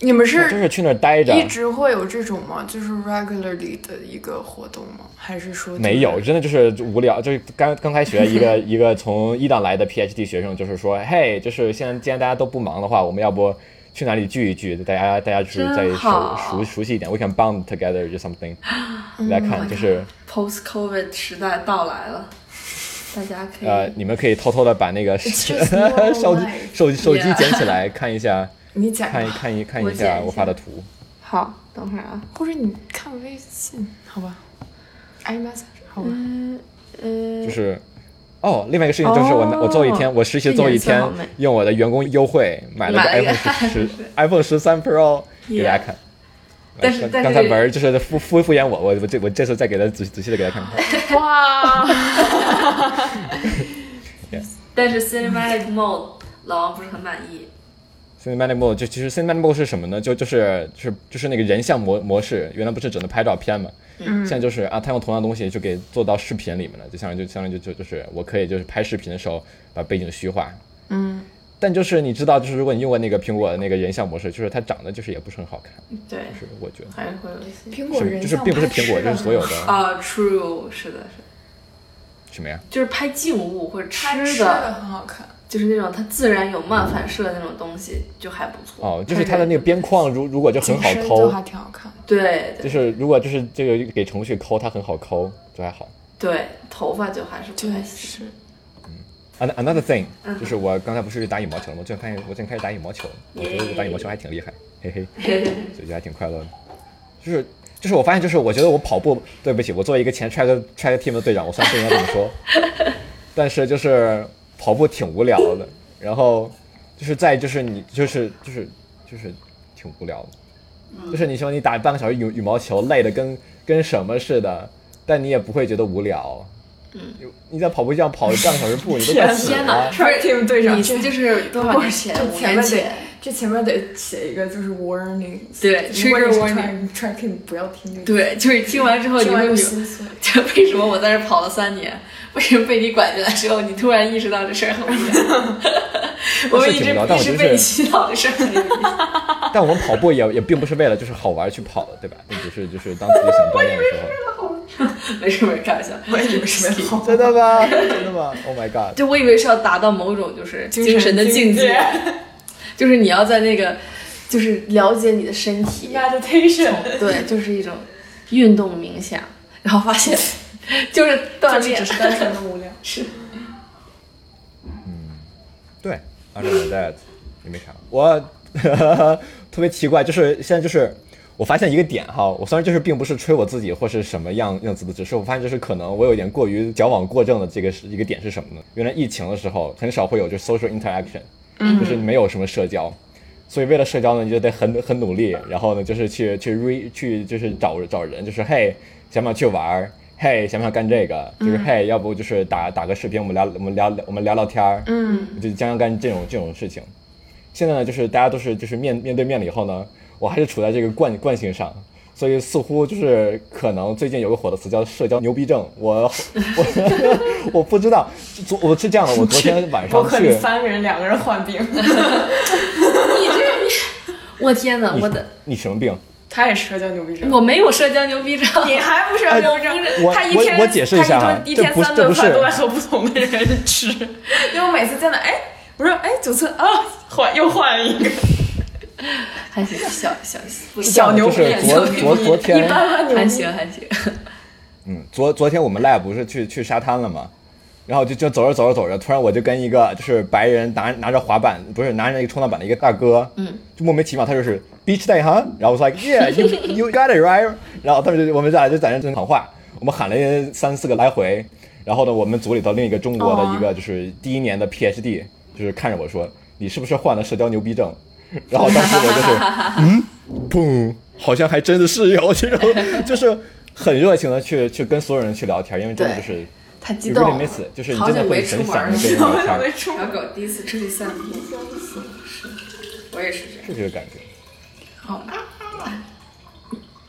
S3: 你们
S1: 就是是去那儿待着，
S3: 一直会有这种吗？就是 regularly 的一个活动吗？还是说就是
S1: 没有，真的就是无聊，就是刚刚开学一个一个从伊朗来的 PhD 学生，就是说，嘿，就是现在既然大家都不忙的话，我们要不去哪里聚一聚？大家大家就是
S2: 真
S1: 再熟
S2: 好
S1: 熟熟悉一点，we can bond together do something。来看，就是。
S2: Post COVID 时代到来了，大家可以、
S1: 呃，你们可以偷偷的把那个
S3: just your
S1: 手机
S3: life
S1: 手机手机
S2: Yeah
S1: 捡起来看一下，
S3: 你讲
S1: 看一看一看
S2: 啊我
S1: 一下
S2: 剪一
S1: 我发的图。
S2: 好，等会儿啊，
S3: 或者你看微信，好吧？iMessage，好吧？
S1: 就是哦，另外一个事情就是我、
S6: 哦
S1: 我最后一天，我实习的最后一
S6: 这颜
S1: 天
S6: 色好美，
S1: 用我的员工优惠买了个
S2: 买了个
S1: iPhone 十十 iPhone 十三 Pro 给大家看。呃
S2: 但是但
S1: 刚
S2: 是
S1: 刚才文儿就是敷敷敷衍我，我我这我这次再给他仔仔细的给他看看。
S3: 哇，
S2: 但是 cinematic mode 老王不是很满意，
S1: Cinematic mode 就其实 Cinematic mode 是什么呢？就就是就是就是那个人像模模式，原来不是只能拍照片嘛，
S3: 嗯
S1: 现在就是啊，他用同样东西就给做到视频里面了，就相当于就相当于就就就是我可以就是拍视频的时候把背景虚化，
S3: 嗯，
S1: 但就是你知道，就是如果你用过那个苹果的那个人像模式，就是它长得就是也不是很好看，
S2: 对，
S1: 就是我觉得
S2: 还是会有一些。
S3: 苹果
S1: 是
S3: 人
S1: 就是
S3: 像
S1: 并不是
S3: 拍
S1: 苹果，
S3: 吃的
S1: 就是所有
S3: 很好
S1: 的
S2: 啊、t r u e 是的，是的，
S1: 什么呀？
S2: 就是拍静物或者
S3: 它
S2: 吃
S3: 吃
S2: 的，
S3: 的很好看，
S2: 就是那种它自然有漫反射的那种东西，就还不错。
S1: 哦，就是它的那个边框如如果就很
S3: 景
S1: 好
S3: 深就
S1: 抠
S3: 还，挺好看。
S2: 对
S1: 就
S2: 对
S1: 是如果就是这个给程序抠，它很好抠，就还好。
S2: 对，头发就还是不太
S3: 对，
S2: 行。
S3: 是
S1: An- Another thing，就是我刚才不是去打羽毛球了吗？我最近发现我最近开始打羽毛球了，我觉得打羽毛球还挺厉害，嘿嘿，所以就还挺快乐的。就是就是我发现就是我觉得我跑步，对不起，我作为一个前 track track team 的队长，我虽然不应该这么说， 但是就是跑步挺无聊的，然后就是在就是你就是就是就是挺无聊的。
S2: 嗯
S1: 就是你说你打半个小时羽羽毛球，累的跟跟什么似的，但你也不会觉得无聊。嗯，你在跑步机上跑半个小时步，你都快死
S2: 天哪
S1: 了。
S2: 不是
S3: team 队长
S2: 你
S3: 这
S2: 就是 多少年前？
S3: 这
S2: 五
S3: 前
S2: 年
S3: 面得
S2: 前。
S3: 这前面得写一个就是 warning，
S2: 对
S3: 如果
S2: trigger
S3: 你是
S2: warning
S3: track- track team 不要听这个，
S2: 对，就是听完之后你
S3: 听完
S2: 会
S3: 就
S2: 有，
S3: 心碎。
S2: 就 为什么我在这跑了三年，为什么被你拐进来之后，你突然意识到这事儿 很无聊？我们一直
S1: 挺无聊但
S2: 一
S1: 我
S2: 直
S1: 就是
S2: 被你洗脑的事儿很无聊。
S1: 但我们跑步也也并不是为了就是好玩去跑的，对吧？那只是就是当自己想锻炼的时候。
S2: 没事没事，开玩笑，
S3: 我也以为是没好，
S1: 真的吗？真的吗？Oh my god！
S2: 就我以为是要达到某种就是
S3: 精
S2: 精
S3: 神
S2: 神的
S3: 境
S2: 境
S3: 界
S2: 界， 就是你要在那个，就是了解你的身体，
S3: meditation
S2: 对，就是一种运动冥想，然后发 现就是锻
S3: 就是
S2: 炼
S3: 只，是单纯的无 聊。
S2: 是
S1: 对，other than that 也没啥。我 特别奇怪，就是现在就是我发现一个点哈，我虽然就是并不是吹我自己或是什么样样子的，只是我发现就是可能我有点过于矫枉过正的这个是一个点是什么呢？原来疫情的时候很少会有就是 social interaction，就是没有什么社交。所以为了社交呢，你就得很很努力，然后呢，就是去去 re 去就是找找人，就是嘿，想不想去玩儿？嘿，想不想干这个？就是嘿，要不就是打打个视频，我们聊我们聊我们聊聊天儿，嗯，就将要干这种这种事情。现在呢，就是大家都是就是面面对面了以后呢，我还是处在这个惯惯性上，所以似乎就是可能最近有个火的词叫社交牛逼症，我我我 不知道，昨我是这样的，我昨天晚上
S3: 博客里
S1: 去。
S3: 三个人，两个人患病，
S2: 你这你， 我天哪，我的
S1: 你什么病？
S3: 他也社交牛逼症。
S2: 我没有社交牛逼症，
S3: 你还不社交牛逼症？
S1: 哎我
S3: 他一
S1: 我
S3: 天
S1: 我解释一下
S3: 他
S1: 哈
S3: 一顿一
S1: 这不
S3: 天
S1: 是
S3: 三
S1: 这不
S3: 顿饭
S1: 是
S3: 都在和不同的人吃， 因为我每次见到哎，我说哎，九寸啊，换又换了一个。
S2: 还行，小小不
S1: 是这样的
S3: 小牛
S1: 就是
S3: 逼
S1: 昨昨昨天
S3: 一般 般牛逼
S2: 还行还行，
S1: 嗯，昨昨天我们 lab 不是去去沙滩了吗？然后就就走着走着走着，突然我就跟一个就是白人拿拿着滑板，不是拿着一个冲浪板的一个大哥，嗯，就莫名其妙他就是 beach day 哈，然后我说 like yeah you you got it right，然后他们就我们俩就在那正喊话，我们喊了三四个来回，然后呢，我们组里头另一个中国的一个就是第一年的 PhD，就是看着我说你是不是患了社交牛逼症？然后当时我就是砰，好像还真的是有这种，就是很热情的去去跟所有人去聊天，因为真的就是
S2: 太激
S1: 就
S2: 动
S1: really
S2: 了
S1: miss，it，就是你
S2: 好
S1: 真的
S2: 久
S1: 会
S2: 没出
S1: 很
S2: 门
S1: 想
S2: 儿
S1: 跟人
S2: 了。
S1: 聊天，
S2: 小狗第一次出去散步， 是，我也是这样，
S1: 是这个感觉。
S2: 好，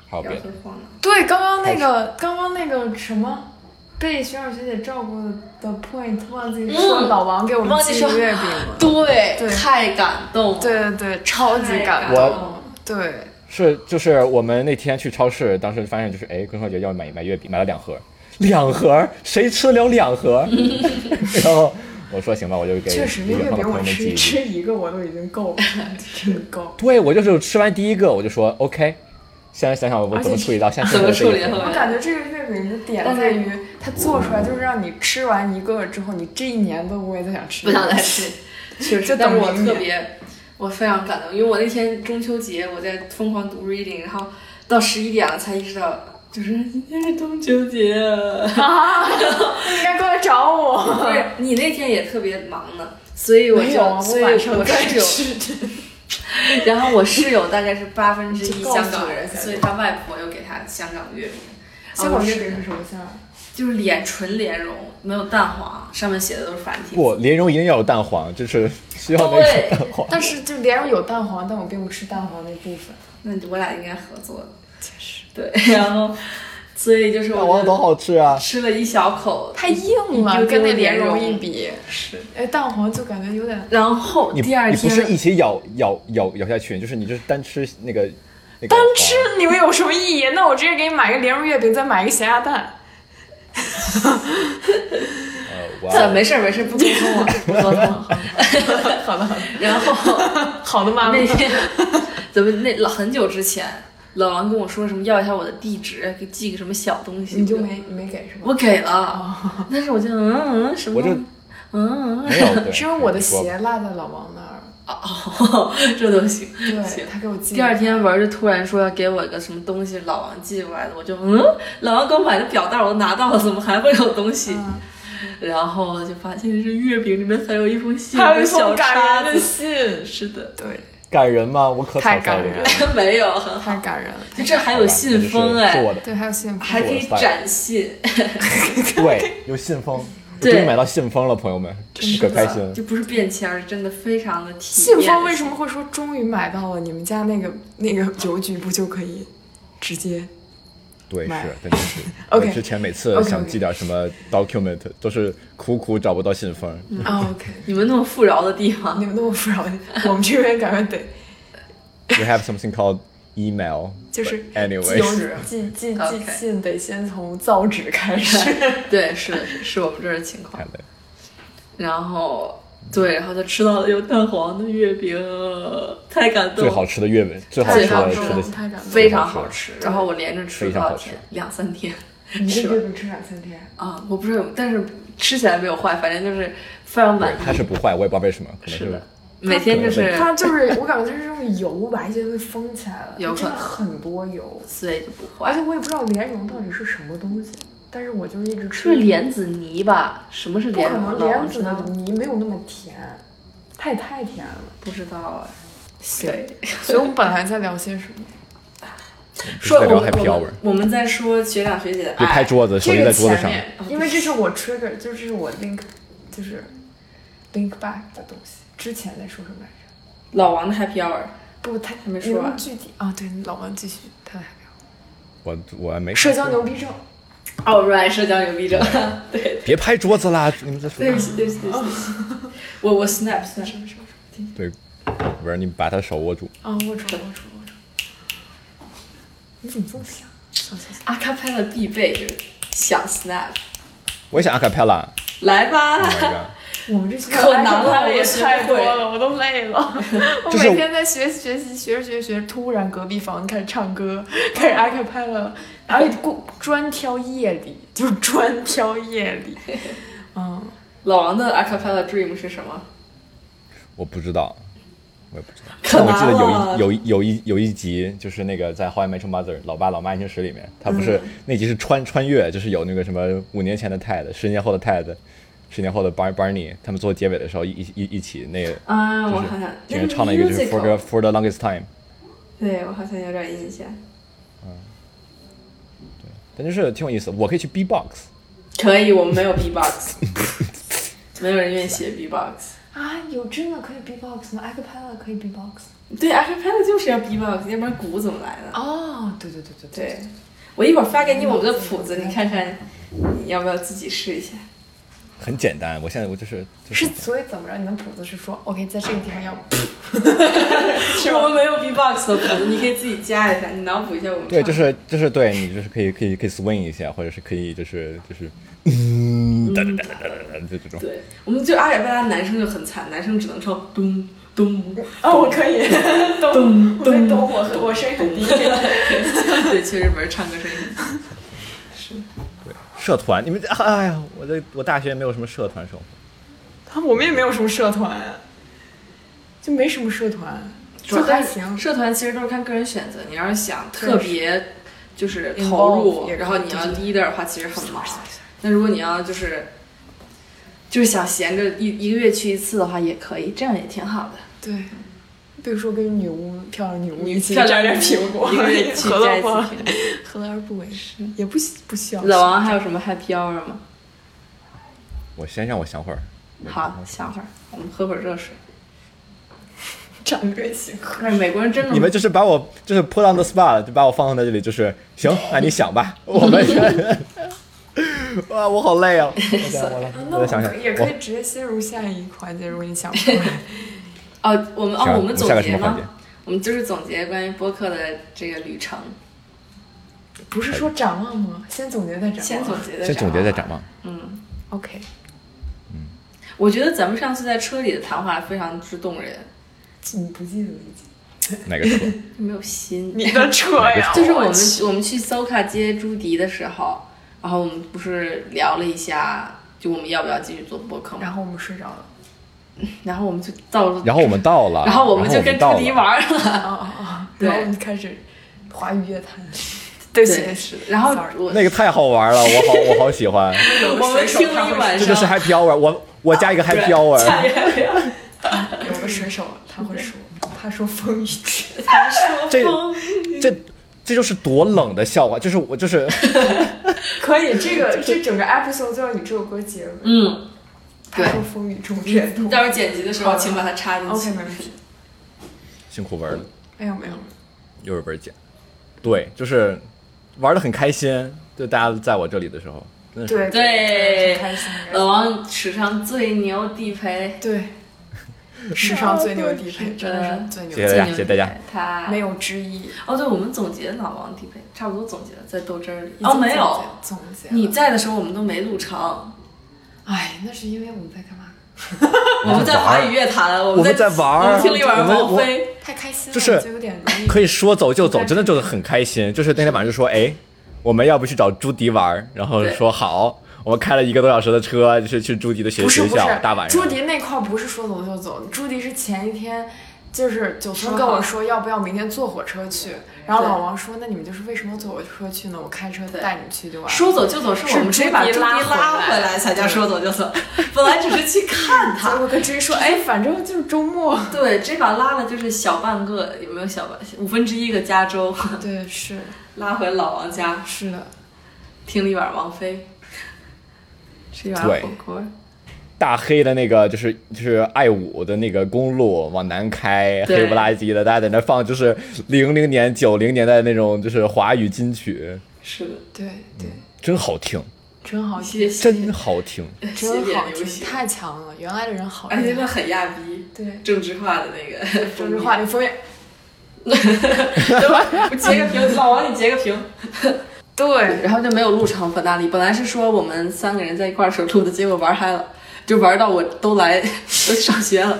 S1: 还有别
S2: 摇
S1: 的
S2: 头，晃脑，
S3: 对，刚刚那个，刚刚那个什么，被学长学姐照顾的 point 忘记说，
S2: 嗯
S3: 老王给我们
S2: 忘记
S3: 寄
S2: 说
S3: 月饼了。
S2: 对
S3: 对
S2: 太感动了，
S3: 对对对，超级感
S2: 太
S1: 感
S3: 动
S1: 动。
S3: 对，
S1: 是就是我们那天去超市，当时发现就是哎，跟双姐要买买月饼，买了两盒，两盒谁吃得了两盒？然后我说行吧，我就给
S3: 确实那
S1: 远
S3: 月
S1: 方的
S3: 饼
S1: 朋友
S3: 我
S1: 们寄
S3: 吃
S1: 一寄。
S3: 吃一个我都已经 够了，真够。
S1: 对我就是吃完第一个我就说 OK，现在想想我怎么处理到现在
S2: 怎么处理
S1: 这一
S2: 后
S1: 盒
S2: 面
S3: 我感觉这个月饼的点在于，它做出来就是让你吃完一个之后，你这一年都不会再想吃。
S2: 不想再。吃，确实
S3: 就。
S2: 但是
S3: 等
S2: 我
S3: 明
S2: 特
S3: 年
S2: 别，我非常感动，因为我那天中秋节我在疯狂读 reading，然后到十一点了才意识到，哎就是今天是中秋节啊、
S3: 应该过来找我。
S2: 对，
S3: 对
S2: 对你那天也特别忙呢，所以我
S3: 没有啊
S2: 就 所以
S3: 我晚上
S2: 我
S3: 在
S2: 室友
S3: 吃，
S2: 然后我室友大概是八分之一
S3: 就告诉
S2: 香港人
S3: 我，一下
S2: 所以他外婆又给他香港月饼，
S3: 香港月
S2: 哦
S3: 饼
S2: 是
S3: 嗯是什么馅儿？
S2: 就是莲纯莲蓉，没有蛋黄，上面写的都是繁体。
S1: 不，莲蓉一定要有蛋黄，就是需要那
S2: 对
S1: 个蛋黄。
S3: 但是就莲蓉有蛋黄，但我并不吃蛋黄那部分。
S2: 那我俩应该合作。确实。对， 然后所以就是
S1: 蛋黄多
S2: 我
S1: 好吃啊！
S2: 吃了一小口，
S3: 太硬了，
S2: 又
S3: 跟那
S2: 莲
S3: 莲蓉
S2: 蓉
S3: 一比，
S2: 是。
S3: 哎，蛋黄就感觉有点
S2: 然后
S1: 你
S2: 第二
S1: 你不
S2: 天
S1: 是一起咬咬咬咬下去，就是你就是单吃那个那个
S3: 单
S1: 黄
S3: 吃，你们有什么意义？那我直接给你买个莲蓉月饼，再买一个咸鸭蛋。
S1: 呃，哇
S2: 怎
S1: 哦
S2: 么没事儿没事儿，不沟通啊，不沟通。
S3: 好的，好的，
S2: 然后
S3: 好的妈妈
S2: 那。天咱们那老很久之前，老王跟我说什么要一下我的地址，给寄个什么小东西，
S3: 你就没没给是吗？
S2: 我给了，但是我就嗯嗯什么，
S1: 我就
S2: 嗯嗯
S1: 没 有？对
S3: 是因为我的
S1: 你说
S3: 鞋落在老王那儿，
S2: 哦， 这都行。
S3: 对他给我寄。
S2: 第二，天文儿就突然说要给我一个什么东西，老王寄过来的，我就嗯，老王给我买的表带我都拿到了，怎么还会有东西？
S3: 嗯
S2: 然后就发现是月饼里面还有一封信，
S3: 还有
S2: 一
S3: 一
S2: 个小
S3: 封
S2: 叉
S3: 感人
S2: 子。
S3: 的信，
S2: 是的，
S3: 对，
S1: 感人吗？我可
S3: 太
S1: 草率
S3: 感
S1: 了
S3: 人了
S2: 没有，很好
S3: 太感人了。
S2: 就这还有信封
S1: 是
S2: 哎
S1: 我，的，
S3: 对，还有信封，
S2: 还可以展信，
S1: 对， 有信封，我
S2: 对
S1: 终于买到信封了，朋友们，可开心了。
S2: 就不是便签儿，真的非常的体面。
S3: 信封为什么会说终于买到了？你们家那个那个邮局不就可以直接？
S1: 对，是
S3: 买，
S1: 真的是。我
S3: OK
S1: 之前每次
S3: OK，OK
S1: 想寄点什么 document，都是苦苦找不到信封。
S3: 啊，OK，
S2: 你们那么富饶的地方
S3: 你，们那么富饶，我们这边感觉得
S1: We have something called email，
S3: 就是寄
S1: anyway，
S3: 邮
S2: 是
S3: 寄寄
S2: OK
S3: 寄信得先从造纸开始。
S2: 对，是的，是是我们这儿的情况
S1: 看。的
S2: 然后对，然后就吃到了有蛋黄的月饼，太感动了，
S1: 最好吃的月饼，最好
S2: 最
S1: 吃
S2: 好
S1: 的
S2: 吃
S1: 吃
S2: 的
S1: 的
S3: 太感动了。
S2: 非常好吃。然后我连着吃了
S1: 非
S2: 多
S1: 常
S2: 少
S1: 好吃
S2: 天？两三天
S3: 你这
S2: 是吧
S3: 月饼吃两三天？
S2: 啊，我不是有，但是吃起来没有坏，反正就是非常满
S1: 对，它
S2: 意。
S1: 是不坏，我也不知道为什么，可能
S2: 是
S1: 是
S2: 的，每天就是
S3: 它就是我感觉它是用油把一些东西封起来了，
S2: 有
S3: 它真的
S2: 可能
S3: 很多油，
S2: 所以就不
S3: 而
S2: 坏
S3: 且。我也不知道莲蓉到底是什么东西，但是我就是一直
S2: 是
S3: 吃
S2: 不是莲子泥吧？什么是
S3: 不
S2: 莲
S3: 可
S2: 蓉
S3: 能
S2: 呢？
S3: 莲
S2: 我
S3: 子
S2: 知道
S3: 的泥没有那么甜，它也太甜了。
S2: 不知道哎。
S3: 行，
S2: 对，
S3: 所以我们本来在聊些什么？
S1: 是
S2: 说
S1: 在
S2: 我
S1: 聊
S2: 们
S1: happy
S2: 我
S1: hour
S2: 们。哎我们在说学长学姐的
S1: 就拍
S2: 爱，
S1: 桌子，手机
S3: 这
S1: 在
S3: 个
S1: 桌子
S3: 前
S1: 上。
S3: 面，哦因为这是我 trigger，就是这是我 link，就是 link back 的东西。之前在说什么来着？
S2: 老王的 happy hour。
S3: 不，他还
S2: 没说完
S3: 具体啊、对，老王继续，他还没有。
S1: 我我没
S3: 社交牛逼症，
S2: All right，社交牛逼症。对，
S1: 别拍桌子啦！你们在说
S2: 对不起，对不起，对不起。我我 snap snap。
S3: 什么什么什
S1: 对，不是你把他手握住，
S3: 么？啊，握住，握住，握住。你怎么这么想？行行行，
S2: 阿卡贝拉必备就是想 snap，
S1: 我也想阿卡佩拉。
S2: 来吧。
S1: Oh my
S3: 我们这些
S2: 可难了
S3: 我
S2: 也
S3: 也
S2: 学
S3: 太
S2: 不
S3: 多
S2: 会
S3: 了，我都累了。 我
S1: 就是
S3: 每天在学习学习学着学着学着，突然隔壁房开始唱歌，开始阿卡拍了，而且过专挑夜里，就是专挑夜里。嗯，
S2: 老王的 a cappella dream 是什么？
S1: 我不知道，我也不知道。
S2: 可
S1: 但我
S2: 难
S1: 记得
S2: 了
S1: 有一有一有一有一集，就是那个在《How I Met Your Mother》老爸老妈爱情史里面，他不是、
S2: 嗯
S1: 那集是穿穿越，就是有那个什么五年前的 Ted，十年后的 Ted，十年后的 Bar Barney，他们做结尾的时候一一一一起那个，
S2: 啊，
S1: 就
S2: 我
S1: 是
S2: 好像
S1: 竟然唱了一个就是 For the For the longest time，
S2: 对我好像有点印象。
S1: 但就是挺有意思。我可以去 B box，
S2: 可以，我们没有 B box，没有人愿意写 B box。
S3: 啊，有真的可以 B-box 吗？阿卡拍了可以 B-box
S2: 对 a cappella 就是要 B box，要不然鼓怎么来呢？
S3: 哦，对对对对
S2: 对，我一会儿发给你我们的谱子，你看看你要不要自己试一下。
S1: 很简单。我现在我就是就是
S3: 是，所以怎么着？你的谱子是说，OK，在这个地方要，
S2: 我们没有 B box 的谱子，你可以自己加一下，你脑补一下我们唱。
S1: 对，就是就是对你就是可以可以可以 swing 一下，或者是可以就是就是嗯哒哒哒哒哒哒哒就这种。
S2: 对，我们就阿尔贝拉男生就很惨，男生只能唱咚咚。
S3: 哦，我可以， 懂，我在懂，我我声音很 低。
S2: 对，确实不是唱歌声音很低。
S1: 社团，你们这哎呀，我在我大学没有什么社团生活，
S3: 啊，我们也没有什么社团，就没什么社团，
S2: 主
S3: 就
S2: 要
S3: 还
S2: 但是
S3: 行。
S2: 社团其实都是看个人选择，你要是想特别就是
S3: 嗯
S2: 投入，
S3: 也可以
S2: 然后你要
S3: 对
S2: leader 的话，其实很忙。那如果你要就是就是想闲着一一个月去一次的话也可以，这样也挺好的。
S3: 对，比如说跟女巫漂亮女巫一起
S2: 漂亮
S3: 摘点苹果，
S2: 一个 月去
S3: 何
S2: 摘
S3: 乐
S2: 一次
S3: 不
S2: 苹果。
S3: 何乐而不为？也不不需要。
S2: 老王还有什么 happy hour 吗？
S1: 我先让我想会儿。
S2: 好，想会儿，我们喝会儿热水。
S3: 掌柜行客，
S2: 但是美国人真的
S1: 你们就是把我就是 put on the spot，就把我放在这里，就是行，那你想吧，我们。哇，我好累啊！我想我来
S3: 那
S1: 我
S3: 我
S1: 再想想
S3: 可以，也可
S1: 我
S3: 以直接切入下一环节，如果你想不出 来。
S2: 哦，我们
S1: 行
S2: 哦，
S1: 我
S2: 我们
S1: 们
S2: 总
S1: 下个
S2: 结
S1: 什么环节
S2: 吗？我们就是总结关于播客的这个旅程，
S3: 不是说展望吗？先总结再展望。
S2: 先总。结的。
S1: 先总结再展。望。
S2: 嗯，
S3: OK，
S2: 我觉得咱们上次在车里的谈话非常之动人，
S3: 你不记得了已经？
S1: 哪个 车？
S2: 没有心。
S3: 你的车 呀，
S2: 就是我们
S3: 去
S2: 我们去 SOKA 接朱迪的时候，然后我们不是聊了一下，就我们要不要继续做播客嘛？
S3: 然后我们睡着了。
S2: 然后我们就到了，
S1: 然后我们到了，
S2: 然后我们就跟朱迪
S1: 到了。
S2: 玩了。
S3: 哦哦哦，
S2: 对
S3: 然后我们开始华语乐坛。 对不起，
S2: 对，是的。然后
S3: Sorry
S2: 我
S1: 那个太好玩了，我 好我好喜欢，
S2: 我们听了一晚
S1: 这就
S2: 上
S1: 是，happy hour，我我加一 个 happy hour，
S3: 有个水手他会说，他说风雨之
S1: 这这这就是多冷的笑话，就是我就是
S3: 可以，这个这整个 episode 就要以这首歌结尾。
S2: 嗯，
S3: 他说风雨中忍痛。
S2: 到时候剪辑的时候
S3: 好
S2: 请把它插进
S3: OK，
S2: 去。
S3: 没问题。
S1: 辛苦文了，
S3: 没哎有没有，
S1: 又是文姐，对，就是玩的很开心，就大家在我这里的时候，真的是
S3: 对
S2: 对
S3: 很开心。很开
S2: 老
S3: 心
S2: 王史上最牛地陪，
S3: 对，史上最牛的地陪，真啊的是最牛
S1: 谢
S3: 的
S1: 谢大家，
S3: 地
S2: 最牛
S1: 谢谢大家
S2: 地陪，他
S3: 陪，没有之一。
S2: 哦，对，我们总结老王地陪，差不多总结了，在豆汁儿里。
S3: 已经
S2: 哦，没有，
S3: 总结，总结
S2: 你
S3: 了
S2: 在的时候我们都没录成，
S3: 哎，那是因为我们在干嘛？
S2: 我们在华语乐坛，我
S1: 我们
S2: 在
S1: 在玩
S2: 我
S1: 儿，
S2: 们听了一晚上
S1: 我
S2: 王
S1: 们我
S2: 菲，
S3: 太开心了，
S1: 就是
S3: 就有点容易
S1: 可以说走就走，真的就是很开心。就是那天晚上就说，哎，我们要不去找朱迪玩儿？然后说好，我们开了一个多小时的车，就是去朱迪的学
S3: 不是
S1: 学
S3: 不是
S1: 校，，大晚上
S3: 朱。迪那块儿不是说走就走，朱迪是前一天。就是九村跟我说要不要明天坐火车去，然后
S2: 对
S3: 老王说那你们就是为什么坐火车去呢？我开车带你们去就完了。
S2: 说走就走是我们
S3: 是
S2: 谁把
S3: 朱
S2: 朱
S3: 迪
S2: 迪
S3: 拉
S2: 拉
S3: 回来
S2: 回来才叫说走就走，本来只是去看
S3: 结
S2: 他，
S3: 果跟朱迪说，哎，反正就是周末。
S2: 对，这把拉了就是小半个，有没有小半五分之一个加州
S3: 对，是
S2: 拉回老王家，
S3: 是的，
S2: 听了一晚上王菲，吃一碗
S1: 对
S2: 火锅，
S1: 大黑的那个就是就是爱五的那个公路往南开，
S2: 对
S1: 黑不拉几的，大家在那放就是零零年九零年代那种就是华语金曲，
S2: 是的，
S3: 对对，
S1: 真好听，
S3: 真好
S2: 谢
S3: 听，
S2: 谢，
S1: 真好听。
S2: 谢
S3: 真
S2: 谢
S3: 好
S2: 流
S3: 听，
S2: 行，
S3: 太强了，原来的人好
S2: 而且
S3: 厉
S2: 他
S3: 害。
S2: 很亚逼，
S3: 对，
S2: 政治化的那 个
S3: 说实话，那封面，
S2: 我截个屏，老王你截个屏。
S3: 嗯对，
S2: 然后就没有录成本大利。本来是说我们三个人在一块儿时候录的，结果玩嗨了，就玩到我都来 都上学了。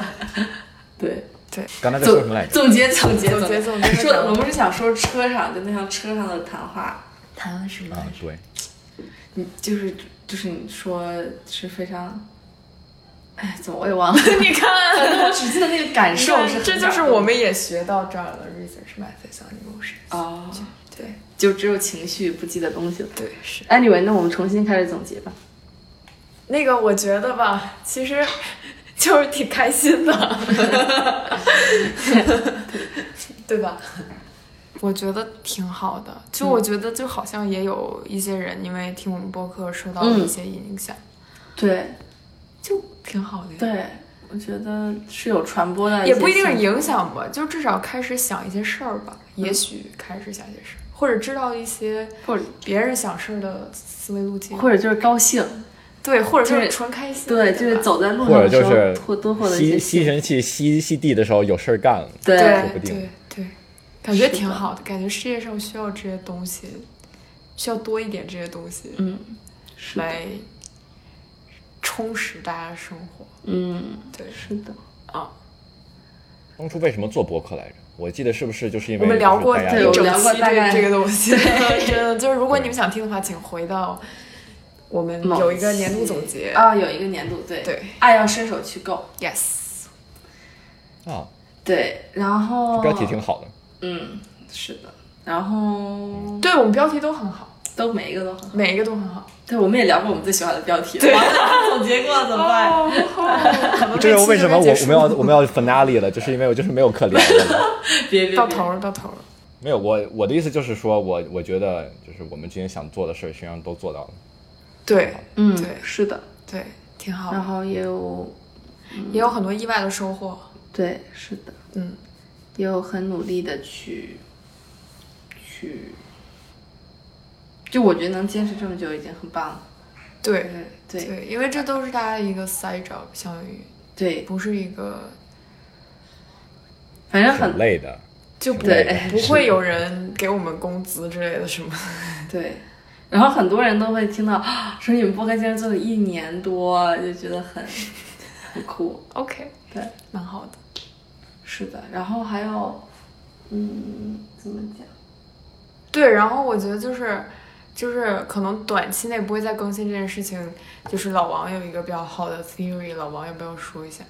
S2: 对，
S1: 刚才在
S2: 总
S1: 说什么来着？
S2: 总结总结
S3: 总结
S2: 总
S3: 总结
S2: 说
S3: 总结
S2: 我们是想说车上就那趟车上的谈话，
S3: 谈了什么
S1: 啊，对，
S2: 你就是就是你说是非常，哎，怎么我也忘了，
S3: 你看，
S2: 反正我只记得那个感受是很
S3: 这
S2: 感
S3: 就是
S2: 动
S3: 我们也学到这儿了，research methods on emotions。
S2: 哦，
S3: 对
S2: 就只有情绪不记得东西了。
S3: 对是
S2: Anyway，那我们重新开始总结吧。
S3: 那个，我觉得吧，其实就是挺开心的， 对吧？我觉得挺好的，就我觉得就好像也有一些人因为听我们播客受到了一些影响，
S2: 对
S3: 嗯就挺好的呀。
S2: 对，我觉得是有传播的，
S3: 也不一定是影响吧，就至少开始想一些事儿吧，也许开始想一些事儿，或者知道一些
S2: 嗯或者
S3: 别人想事儿的思维路径，
S2: 或者就是高兴，
S3: 对，或者就
S2: 就是
S3: 是纯开心，
S2: 对，
S3: 吧
S2: 就是走在路
S1: 或者
S2: 上的时
S1: 就
S2: 候，
S1: 是
S2: 或多或的
S1: 吸
S2: 一些
S1: 吸
S2: 幸福
S1: 尘器吸吸地的时候有事儿干了。
S2: 对
S3: 对
S1: 不定
S3: 对对，感觉
S2: 是
S3: 挺
S2: 的
S3: 好的，感觉世界上需要这些东西，需要多一点这些东西
S2: 嗯，是的，
S3: 来充实大家的生活，
S2: 嗯，
S3: 对
S2: 是的，
S3: 啊，
S1: 当初为什么做博客来着？我记得是不是就是因为
S3: 我们聊
S1: 就是
S3: 过
S1: 大家
S2: 对
S3: 一
S2: 我
S3: 整
S2: 们
S3: 期
S2: 聊过大概
S3: 这这个东西， 真的就是如果你们想听的话，请回到我们
S2: 某
S3: 有一个
S2: 期
S3: 年度总结
S2: 啊，有一个年度，对
S3: 对
S2: 爱要伸手去够，
S3: ，yes，
S1: 啊，
S2: 对，然后
S1: 标题挺好的。
S2: 嗯，是的，然后
S3: 对我们标题都很好，
S2: 都每一个都很好。
S3: 每一个都很好。
S2: 对，我们也聊过我们最喜欢的标题，对， 总结过了怎么办？
S3: 哦，
S1: 这就是为什么我我们
S3: 要
S1: 要我们要 finale 了，就是因为我就是没有可聊了。
S2: 别别
S3: 到
S2: 别
S3: 头了，到头了。
S1: 没有，我我的意思就是说，我我觉得就是我们今天想做的事儿，实际上都做到了。
S3: 对
S2: 嗯
S3: 对，
S2: 是的。
S3: 对，挺好
S2: 然。后也有，
S3: 也有很多意外的收获。
S2: 对，是的，
S3: 嗯，
S2: 也有很努力的去，去，就我觉得能坚持这么久已经很棒了。
S3: 对
S2: 对对
S3: 对，因为这都是大家一个 side job，相当于
S2: 对，
S3: 不是一个，
S2: 反正
S1: 挺
S2: 很
S1: 累的，
S3: 就不
S2: 对哎
S3: 不会有人给我们工资之类的什么。
S2: 对。然后很多人都会听到啊说你们播客竟然做了一年多，就觉得 很很酷。
S3: OK，
S2: 对，
S3: 蛮好的。
S2: 是的，然后还有，嗯，怎么讲？
S3: 对，然后我觉得就是就是可能短期内不会再更新这件事情，就是老王有一个比较好的 theory，老王要不要说一下？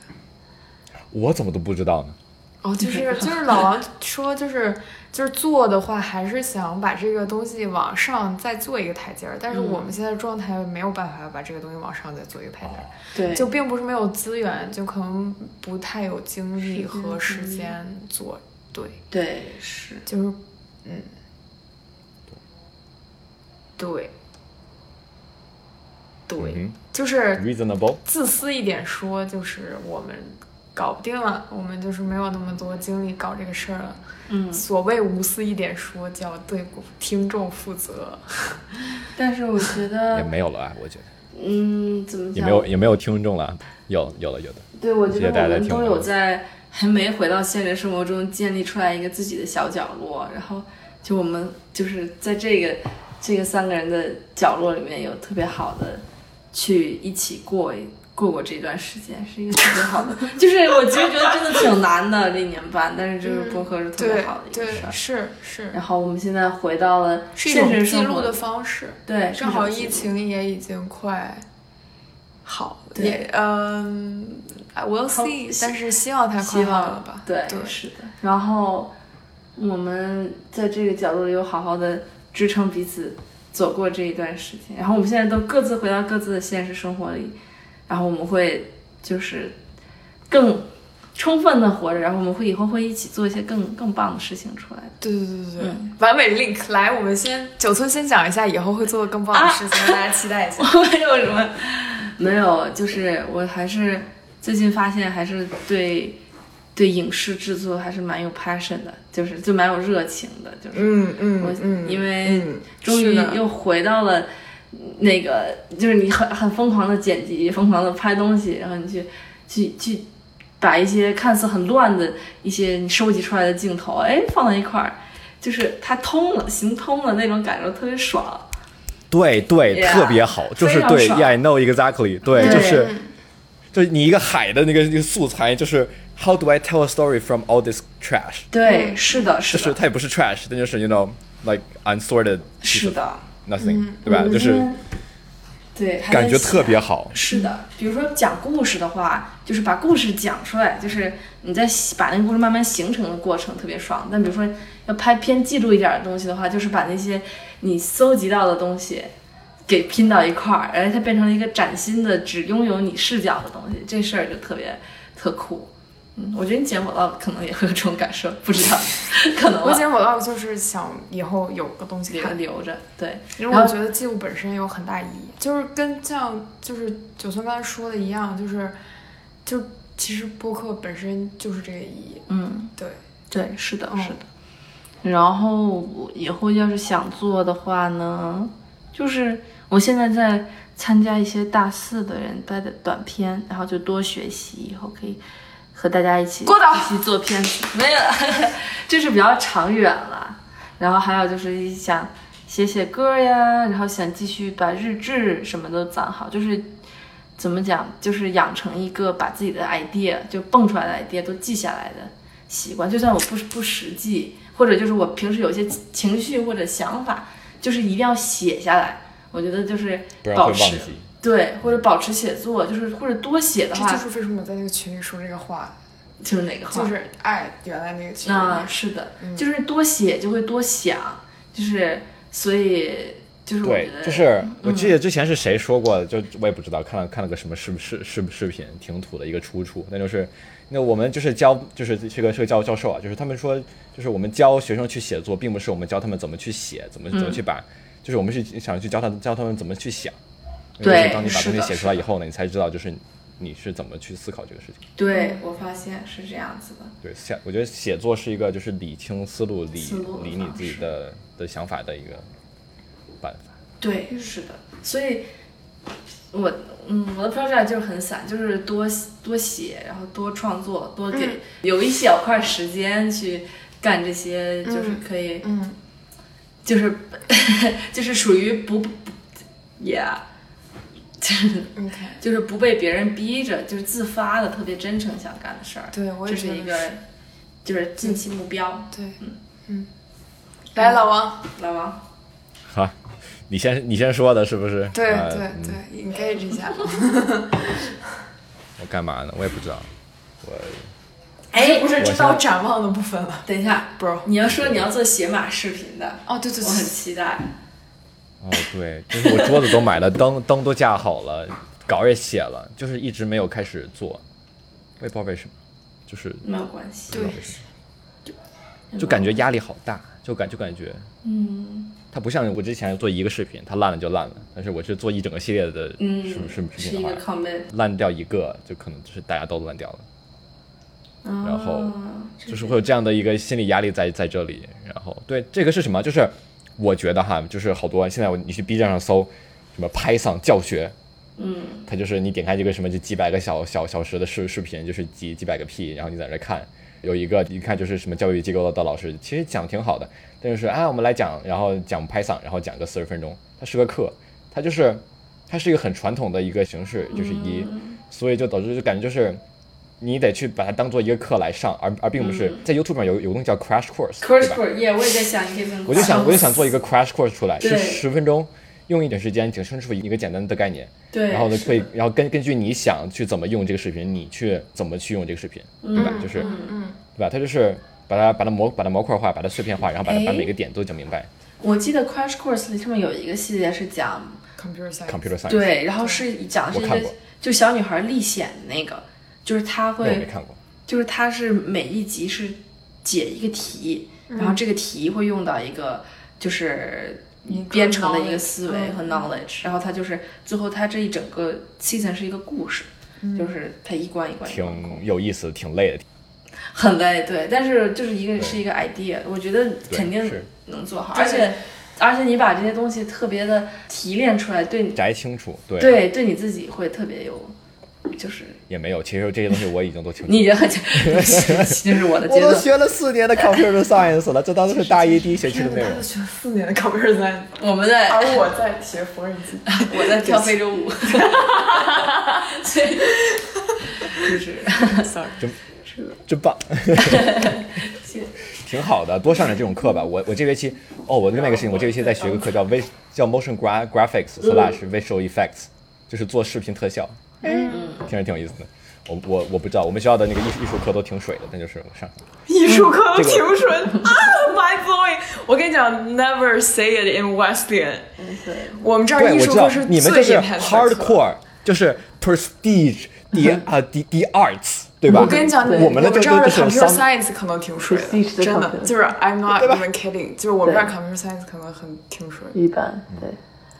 S1: 我怎么都不知道呢？
S3: 哦，就是就是老王说，就是就是做的话，还是想把这个东西往上再做一个台阶儿。但是我们现在状态没有办法把这个东西往上再做一个台阶儿，
S2: 对，
S3: 就并不是没有资源，就可能不太有精力和时
S2: 时
S3: 间做。对，
S2: 对是，
S3: 就是嗯，对，对，
S1: 嗯
S3: 就是
S1: 哼，reasonable。
S3: 自私一点说，就是我们搞不定了，我们就是没有那么多精力搞这个事儿了。
S2: 嗯，
S3: 所谓无私一点说，叫对听众负责。
S2: 但是我觉
S1: 也
S2: 得，
S1: 没有了啊，我觉得
S2: 嗯，怎么
S1: 也
S2: 讲？
S1: 没有也没有听众了，啊有有了有的，
S2: 对，我觉
S1: 谢谢
S2: 得
S1: 大
S2: 我
S1: 家
S2: 们
S1: 听
S2: 都
S1: 我
S2: 有
S1: 的
S2: 在还没回到现实生活中建立出来一个自己的小角落，然后就我们就是在这个这个三个人的角落里面有特别好的去一起过过过这段时间，是一个特别好的，就是我其实觉得真的挺难的这一年半，但是就是播客是特别
S3: 嗯对
S2: 好的一个
S3: 对
S2: 事儿。
S3: 是是
S2: 然后我们现在回到了
S3: 是一
S2: 现
S3: 种
S2: 实
S3: 记
S2: 生活
S3: 录的方式。
S2: 对，
S3: 正好
S2: 是一
S3: 疫
S2: 种记录
S3: 情也已经快好了，
S2: 对
S3: 也嗯，I will
S2: 好
S3: see，但是希望它快
S2: 希
S3: 好
S2: 望
S3: 了吧？
S2: 对，
S3: 对
S2: 是的。然后我们在这个角落里又好好的支撑彼此走过这一段时间，然后我们现在都各自回到各自的现实生活里，然后我们会就是更充分的活着，然后我们会以后会一起做一些更更棒的事情出来的。
S3: 对对对对对，
S2: 嗯
S3: 完美 link 来，我们先九村先讲一下，以后会做的更棒的 事情，大家期待一下。
S2: 没有什么，没有，就是我还是最近发现，还是对对影视制作还是蛮有 passion 的，就是就蛮有热情的，就是
S3: 嗯
S2: 我
S3: 嗯嗯，
S2: 因为
S3: 嗯
S2: 终
S3: 是
S2: 于
S3: 的
S2: 又回到了那个，就是你很很疯狂的剪辑，疯狂的拍东西，然后你去去去把一些看似很乱的一些你收集出来的镜头，哎，放在一块儿，就是它通了，行通了那种感觉，特别爽。
S1: 对对
S2: Yeah，
S1: 特别好，就是
S2: 非常
S1: 对
S2: 爽
S1: ，Yeah I know exactly，对，
S2: 对
S1: 就是就是你一个海的那个那个素材，就是 How do I tell a story from all this trash？
S2: 对，是的，
S1: 就是是
S2: 的，
S1: 它也不是 trash，但就是 you know like unsorted，
S2: 是嗯的，
S1: nothing，对吧？就是
S2: 对，还在
S1: 感觉
S2: 想
S1: 特别好，
S2: 是的，比如说讲故事的话，就是把故事讲出来，就是你在写把那个故事慢慢形成的过程特别爽。但比如说要拍偏记录一点的东西的话，就是把那些你搜集到的东西给拼到一块儿，然后它变成了一个崭新的、只拥有你视角的东西，这事儿就特别特酷。嗯，我觉得你剪 vlog 可能也会有这种感受，不知道，可能
S3: 我
S2: 吧
S3: 剪 vlog 就是想以后有个东西
S2: 留
S3: 看，
S2: 留着，对，
S3: 因为
S2: 然
S3: 我
S2: 后
S3: 觉得记录本身有很大意义，就是跟像就是九村刚才说的一样，就是就其实播客本身就是这个意义。
S2: 嗯，
S3: 对，
S2: 对，是的，
S3: 嗯
S2: 是的。然后我以后要是想做的话呢，就是我现在在参加一些大四的人拍的短片，然后就多学习，以后可以和大家一起
S3: 郭导
S2: 一起做片子。没有， 这是比较长远了。然后还有就是想写写歌呀，然后想继续把日志什么都攒好，就是怎么讲，就是养成一个把自己的 idea 就蹦出来的 idea 都记下来的习惯。就算我不不实际，或者就是我平时有些情绪或者想法，就是一定要写下来。我觉得就是
S1: 不然会
S2: 保
S1: 忘
S2: 持
S1: 记。
S2: 对，或者保持写作，就是或者多写的
S3: 这
S2: 话，
S3: 就是为什么我在那个群里说这个话，
S2: 就是哪个话
S3: 就是嗯爱原来那个群里。
S2: 啊，是的，就是多写就会多想，就是所以就就是我
S1: 对
S2: 觉得，
S1: 就是
S5: 嗯
S1: 我记得之前是谁说过的，就我也不知道，看了看了个什么视视视视频，挺土的一个出处，那就是那我们就是教就是这个这个教教授啊，就是他们说就是我们教学生去写作，并不是我们教他们怎么去写，怎么怎么
S5: 嗯
S1: 去把，就是我们是想去教他教他们怎么去想，因为
S2: 对
S1: 就是当你把
S5: 是
S1: 东西
S5: 的
S1: 写
S5: 是
S1: 出来以后呢，你才知道就是你是怎么去思考这个事情。
S5: 对我发现是这样子的。
S1: 对，写我觉得写作是一个就是理清思路、理
S5: 思路的
S1: 理你
S5: 方
S1: 自己
S5: 式
S1: 的的想法的一个办法。
S5: 对，是的，所以
S2: 我嗯，我的 project 就是很散，就是多多写，然后多创作，多
S3: 嗯
S2: 给、有一小块时间去干这些，就是可以，
S3: 嗯，
S2: 就是 就是属于不不，yeah，就是
S3: 你看，
S2: 就是不被别人逼着，就是自发的，特别真诚想干的事儿。
S3: 对我也
S2: 这是
S3: 觉得
S2: 一个
S3: 是
S2: 就是近期目标。
S3: 对，嗯，来老王，
S2: 老王，
S1: 好，你先你先说的是不是？
S3: 对
S1: 啊
S3: 对
S1: 嗯
S3: 对，你 g a g 一 下，
S1: 我干嘛呢？我也不知道。我
S2: 哎，
S3: 不是
S1: 我
S3: 这
S1: 先
S3: 到展望的部分了
S2: 等一下，
S3: ，bro。
S2: 你要说你要做写码视频的，
S3: 哦，对对
S2: 我很期待。
S1: 哦，对，就是我桌子都买了，灯灯都架好了，稿也写了，就是一直没有开始做，我也不知道为什么，就是
S2: 没有关系，
S1: 不知道为什么就感觉压力好大，就感就感觉，嗯，它不像我之前做一个视频，它烂了就烂了，但是我是做一整个系列的，
S2: 嗯
S1: 是不是视
S2: 是
S1: 频
S2: 一
S1: 的
S2: 个
S1: 话，
S2: commit。
S1: 烂掉一个就可能就是大家都烂掉了，
S2: 然
S1: 然后
S2: 啊
S1: 就是会有这样的一个心理压力在在这里。然后对这个是什么？就是我觉得哈，就是好多现在我你去 B 站上搜什么 Python 教学，嗯，它就是你点开这个什么就几百个小小小时的视视频，就是几几百个 P，然后你在那看。有一个一看就是什么教育机构的老师，其实讲挺好的，但就是啊，我们来讲，然后讲 Python，然后讲个四十分钟，它是个课，它就是它是一个很传统的一个形式，就是一，所以就导致就感觉就是你得去把它当做一个课来上，而而并不是在 YouTube 上有有个东西叫 crash course，对
S2: Crash
S1: 吧？
S2: course，耶，我也在想这份。
S1: 我就想我就想做一个 crash course 出来，是
S2: 对
S1: 十分钟，用一点时间请生出一个简单的概念，
S2: 对，
S1: 然后呢
S2: 是
S1: 会然后根根据你想去怎么用这个视频，你去怎么去用这个视频，对吧？就是
S3: 嗯，
S1: 对吧？它就是把它把它模把它模块化，把它碎片化，然后把它把
S2: 哎
S1: 每个点都讲明白。
S2: 我记得 Crash Course 里上面有一个系列是讲
S3: computer science。
S1: Computer Science，
S2: 对，然后是讲的
S1: 哎
S2: 是
S1: 我
S2: 一
S1: 看
S2: 个
S1: 过
S2: 就小女孩历险的那个，就是她
S1: 那我没
S2: 会，
S1: 看过。
S2: 就是她是每一集是解一个题，
S3: 嗯
S2: 然后这个题会用到一个就是
S3: 一个
S2: 编程的一个
S3: knowledge，
S2: 思维
S3: 嗯
S2: 和 knowledge，然后她就是最后她这一整个 season 是一个故事，
S3: 嗯
S2: 就是它一关一关一关过
S1: 挺有意思，挺累的。
S2: 很累，对，但是就是一个是一个 idea，我觉得肯定
S1: 是
S2: 能做好，
S3: 对
S2: 而且而且你把这些东西特别的提炼出来，对你
S1: 摘清楚，对，
S2: 对对你自己会特别有，就是
S1: 也没有。其实这些东西我已经都清楚了。
S2: 你已经很 就是我的
S1: 我
S2: 阶
S1: 都
S2: 段，
S1: 学了四年的 computer science 了，这当时是大一第一学期的内
S3: 他
S1: 容
S3: 都。学了四年的 computer science，
S2: 我们 在
S3: 而我在学缝纫机。
S2: 我在跳非洲舞，所以就是
S3: sorry，
S1: 真棒， 挺好的，多上点这种课吧。我我这学期，哦，我另外一个事情，我这学期在学一个课叫 vis 叫 motion gra graphics slash visual effects，就是做视频特效，嗯，听着挺有意思的。我我我不知道，我们学校的那个艺术艺术课都挺水的，但就是我上
S3: 艺术课
S1: 嗯这
S3: 的
S1: 个
S3: 青春啊，mind blowing！我跟你讲，never say it in Wesleyan。我们这儿
S1: 对，
S3: 啊
S1: 我
S3: 艺术
S1: 知
S3: 课
S1: 道
S3: 是
S1: 你们这
S3: 最
S1: 是
S3: intense 的课。
S1: hardcore，就是 prestige the 啊 the the arts，对吧？
S3: 我跟你讲，
S1: 我们的
S3: 这
S1: 这
S3: 儿
S1: 这
S3: 的
S1: 是
S3: computer
S1: some
S3: science 可能挺水的，
S4: Prestige 的
S3: 真的
S4: computer
S3: 就是 I'm not even kidding，就是我们这儿 computer science 可能很挺水。
S4: 一般
S1: 嗯
S4: 对。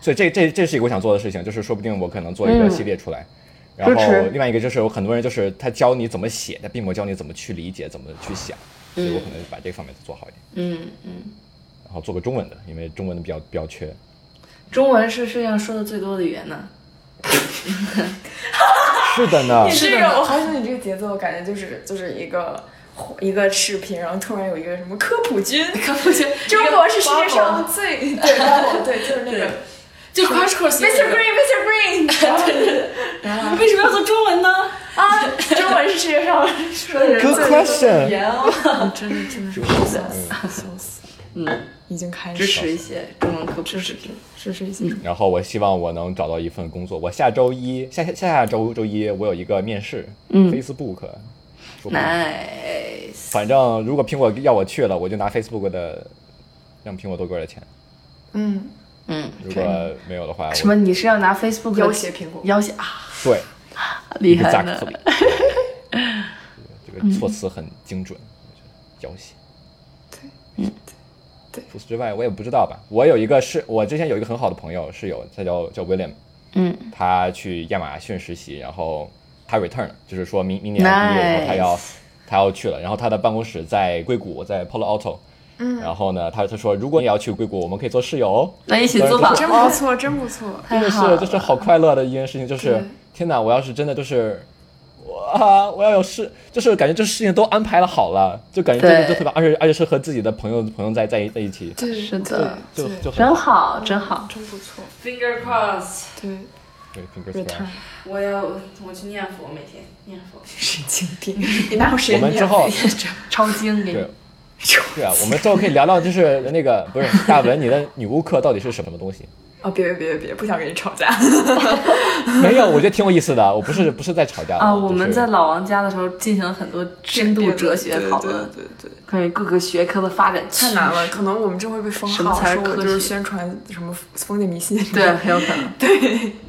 S1: 所以这这这是一个我想做的事情，就是说不定我可能做一个系列出来。然
S4: 支持
S1: 后另外一个就是有很多人就是他教你怎么写，但并没有教你怎么去理解、怎么去想，所以我可能把这方面做好一点。
S2: 嗯嗯，
S1: 然后做个中文的，因为中文的比较比较缺。
S2: 中文是世界上说的最多的语言呢，
S1: 是的 呢，
S3: 你这个，我好喜欢你这个节奏，感觉就是就是一个一个视频，然后突然有一个什么科普君， 科普君，中国是世界上最对 bubble，对，就是那个
S2: 就 Crash Course 也
S3: Mr.
S2: 有
S3: Green，Mr. Green，然后
S2: 为什么要做中文呢？
S3: 啊，中文是世界上说的人
S1: Good
S3: 最
S1: question，
S2: 言哦，
S3: 真的真的是笑死，笑死，
S2: 嗯，
S3: 已经开
S2: 支
S3: 始
S2: 持一些中文科普视频。
S3: 支持一些，
S1: 然后我希望我能找到一份工作。我下周一下下下下周周一我有一个面试，嗯，Facebook，说不定
S2: Nice，
S1: 反正如果苹果要我去了，我就拿 Facebook 的让苹果多给我点钱。
S3: 嗯，
S4: 嗯，
S1: 如果没有的话，我
S2: 什么？你是要拿 Facebook
S3: 要挟苹果，
S2: 要挟啊？
S1: 对
S4: 厉害呢。
S1: ，exactly，这个措辞很精准，我觉得要挟。
S3: 对对
S1: 除此之外，我也不知道吧。我有一个是我之前有一个很好的朋友，室友，他叫叫 William，
S4: 嗯，
S1: 他去亚马逊实习，然后他 return 了，就是说明明年毕业以后他要他要去了，然后他的办公室在硅谷，在 Palo Alto，嗯，然后呢，他他说如果你要去硅谷，我们可以做室友哦，
S4: 那一起
S1: 对
S4: 做
S1: 对
S4: 吧。
S3: 真不错，真不错。
S1: 真的是就是好快乐的一件事情，就是天哪，我要是真的就是。哇！我要有事，就是感觉这事情都安排了好了，就感觉真的就
S4: 对
S1: 特别，而且而且是和自己的朋友朋友在在一在一起，
S3: 对，
S4: 是的
S1: 就
S3: 对
S1: 就很
S4: 真好，真好。
S3: 真不错。
S5: Finger crossed，
S3: 对
S1: 对 fingers
S3: ，return
S1: crossed
S5: 我要我去念佛，每天念佛。
S3: 神经病， 你哪有谁
S1: 我们之后
S2: 抄经给你
S1: 对， 对啊，我们之后可以聊聊，就是那个不是大文，你的女巫课到底是什么东西？
S3: 啊，别别别别，不想跟你吵架。
S1: 没有，我觉得挺有意思的，我不是不是在吵架
S2: 啊，
S1: 就是
S2: 我们在老王家的时候进行了很多深度哲学讨论，
S3: 对对对对，
S2: 关于各个学科的发展趋
S3: 太
S2: 势。
S3: 难了，可能我们这会被封
S2: 什么
S3: 号，
S2: 才是
S3: 说我
S2: 科
S3: 就是
S2: 学
S3: 宣传什么封建迷信，
S2: 对，，很有可 能。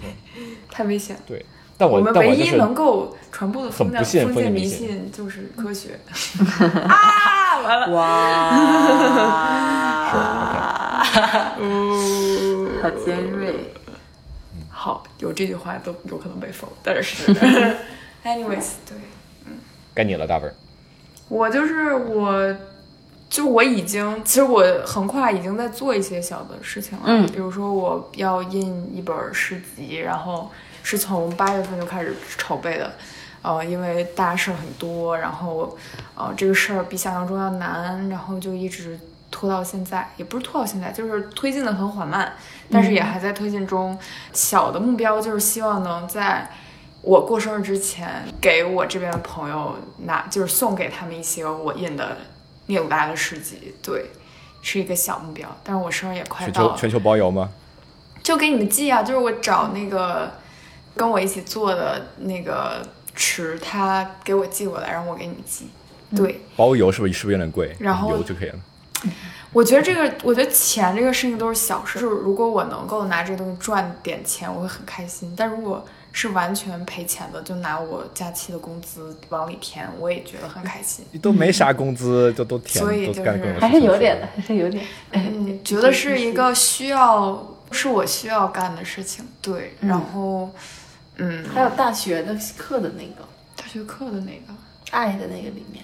S3: 太危险了。
S1: 对，但
S3: 我
S1: 我
S3: 们
S1: 但我
S3: 唯
S1: 就
S3: 一
S1: 是
S3: 能够传播的
S1: 很
S3: 封
S1: 不
S3: 建
S1: 信
S3: 封
S1: 封建
S3: 建
S1: 迷
S3: 迷
S1: 信
S3: 信就是 科学。
S2: 哇， 好尖锐。
S3: 好，有这句话都有可能被封，但是 ，anyways，对
S1: 该你了，大文。
S3: 我就是我，就我已经，其实我横跨已经在做一些小的事情了，
S4: 嗯
S3: 比如说我要印一本诗集，然后是从八月份就开始筹备的，呃，因为大事儿很多，然后呃这个事儿比想象中要难，然后就一直拖到现在，也不是拖到现在，就是推进的很缓慢，但是也还在推进中。小的目标就是希望能在我过生日之前，给我这边的朋友拿，就是送给他们一些我印的聂鲁达的诗集，对。是一个小目标，但是我生日也快
S1: 全
S3: 到
S1: 球
S3: 了，
S1: 全球包邮吗？
S3: 就给你们寄啊，就是我找那个跟我一起做的那个池，他给我寄过来，然后我给你们寄。对，
S1: 包邮是不是是不是有点贵？
S3: 然后
S1: 邮就可以了。
S3: 我觉得这个，我觉得钱这个事情都是小事，就是如果我能够拿这个东西赚点钱，我会很开心。但如果是完全赔钱的，就拿我假期的工资往里填，我也觉得很开心。
S1: 都没啥工资，就都填，
S3: 所以
S1: 都
S3: 就是
S1: 干各种事情
S2: 还是有点的，还是有点。
S3: 嗯，觉得是一个需要，是我需要干的事情。对，然后，嗯，
S2: 还有大学的课的那个
S3: 大学课的那个，
S2: 爱的那个里面，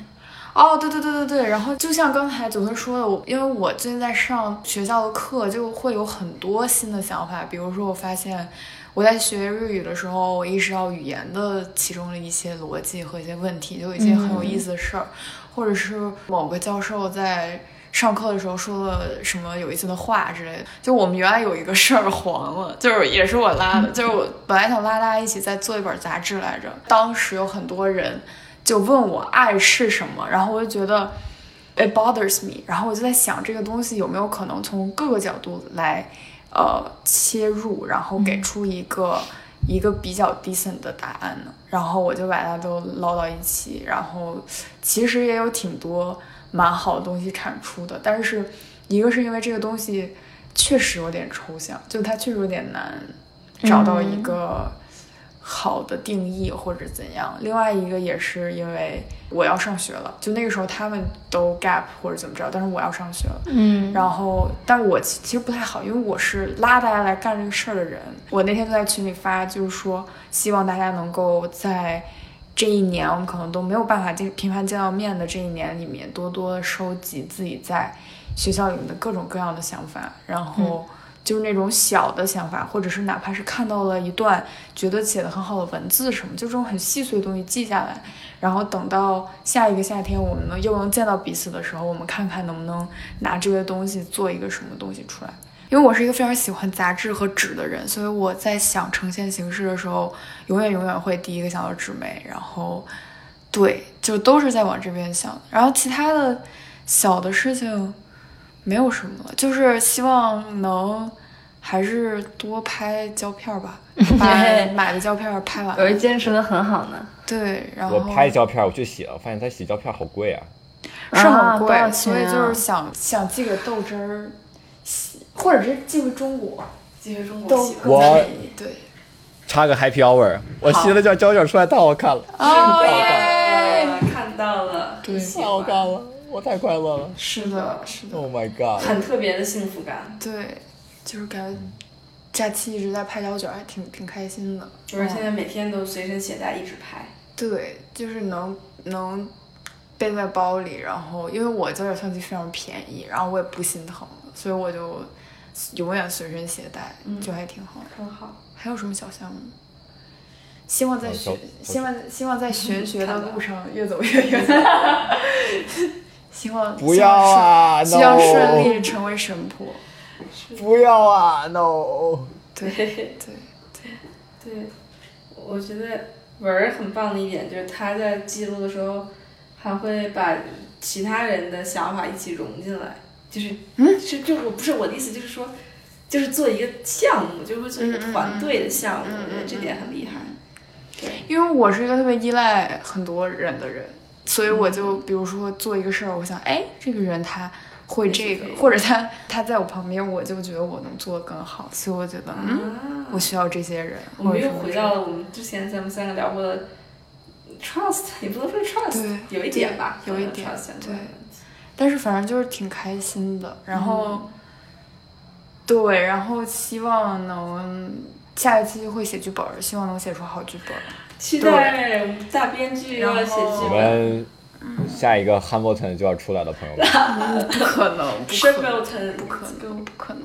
S3: 哦，对对对对对，然后就像刚才九哥说的，我因为我最近在上学校的课，就会有很多新的想法。比如说，我发现我在学日语的时候，我意识到语言的其中的一些逻辑和一些问题，就有一些很有意思的事儿，或者是某个教授在上课的时候说了什么有意思的话之类的。就我们原来有一个事儿黄了，就是也是我拉的，就是我本来想拉大家一起再做一本杂志来着，当时有很多人就问我爱是什么，然后我就觉得。It bothers me，然后我就在想这个东西有没有可能从各个角度来，呃，切入，然后给出一个、一个比较 decent 的答案呢？然后我就把它都捞到一起，然后其实也有挺多蛮好的东西产出的，但是一个是因为这个东西确实有点抽象，就它确实有点难找到一个好的定义或者怎样。另外一个也是因为我要上学了，就那个时候他们都 gap 或者怎么着，但是我要上学了，
S4: 嗯，
S3: 然后，但我其其实不太好，因为我是拉大家来干这个事儿的人。我那天就在群里发，就是说希望大家能够在这一年，我们可能都没有办法见频繁见到面的这一年里面，多多地收集自己在学校里面的各种各样的想法，然后就是那种小的想法，或者是哪怕是看到了一段觉得写的很好的文字什么，就这种很细碎的东西记下来，然后等到下一个夏天，我们能又能见到彼此的时候，我们看看能不能拿这些东西做一个什么东西出来。因为我是一个非常喜欢杂志和纸的人，所以我在想呈现形式的时候，永远永远会第一个想到纸媒，然后对，就都是在往这边想。然后其他的小的事情没有什么了，就是希望能还是多拍胶片儿吧，把买的胶片儿拍完
S2: 有人
S3: 了。
S2: 坚持的很好呢。
S3: 对，然后
S1: 我拍胶片，我去洗了，发现它洗胶片好贵啊！
S3: 是
S2: 啊
S3: 很
S2: 多
S3: 贵，
S2: 少钱
S3: 所以就
S2: 啊
S3: 是想想寄给豆汁儿洗，或者是寄回中国，
S5: 寄回中国
S3: 都
S5: 喜欢
S1: 我
S5: 在美
S3: 对，
S1: 插个 Happy Hour，我记得叫胶卷出来太好看了，
S2: 哦
S5: 耶，看到了，
S3: 对
S5: 喜
S1: 啊太好看
S5: 欢，
S1: 了，我太快乐了
S3: 是的，是的，
S1: ，Oh my god！
S5: 很特别的幸福感，
S3: 对，就是感觉假期一直在拍胶卷，还挺挺开心的。
S5: 就是现在每天都随身携带，一直拍。
S3: 对，就是能能背在包里，然后因为我胶卷相机非常便宜，然后我也不心疼，所以我就永远随身携带，
S2: 嗯
S3: 就还挺好的。
S5: 很好，
S3: 还有什么小项目？希望在
S1: 呃
S3: 学
S1: 小，嗯
S3: 希望希望在玄学的
S5: 看到
S3: 路上越走越远。 希望
S1: 不要啊
S3: 希望顺希望
S1: no
S3: 顺利成为神婆。
S1: 不要啊，no！
S3: 对对
S5: 对，我觉得文儿很棒的一点就是他在记录的时候，还会把其他人的想法一起融进来，就是，嗯，是就我不是我的意思，就是说，就是做一个项目，就是说做一个团队的项目，我觉得这点很厉害。
S3: 因为我是一个特别依赖很多人的人，所以我就比如说做一个事儿，我想，哎，这个人他会这个
S5: 对，
S3: 或者他他在我旁边，我就觉得我能做得更好，所以我觉得，嗯，
S5: 啊，
S3: 我需要这些人，
S5: 我们
S3: 或者
S5: 又
S3: 说
S5: 回
S3: 这
S5: 到了我们之前咱们三个聊过的 trust，也不能说 trust，
S3: 对
S5: 有一点吧，
S3: 对有一点
S5: trust 相关的
S3: 对但是反正就是挺开心的。然后，对，然后希望能下一期会写剧本儿，希望能写出好剧本儿。
S5: 期待我们大编剧要写
S3: 然后
S5: 剧
S1: 我
S5: 本。
S1: 们下一个 Hamilton 就要出来了，朋友们。
S3: 啊不可能，不
S5: s h e
S3: 可
S5: r b e
S3: 能，
S5: l
S3: 不可能，不 可能。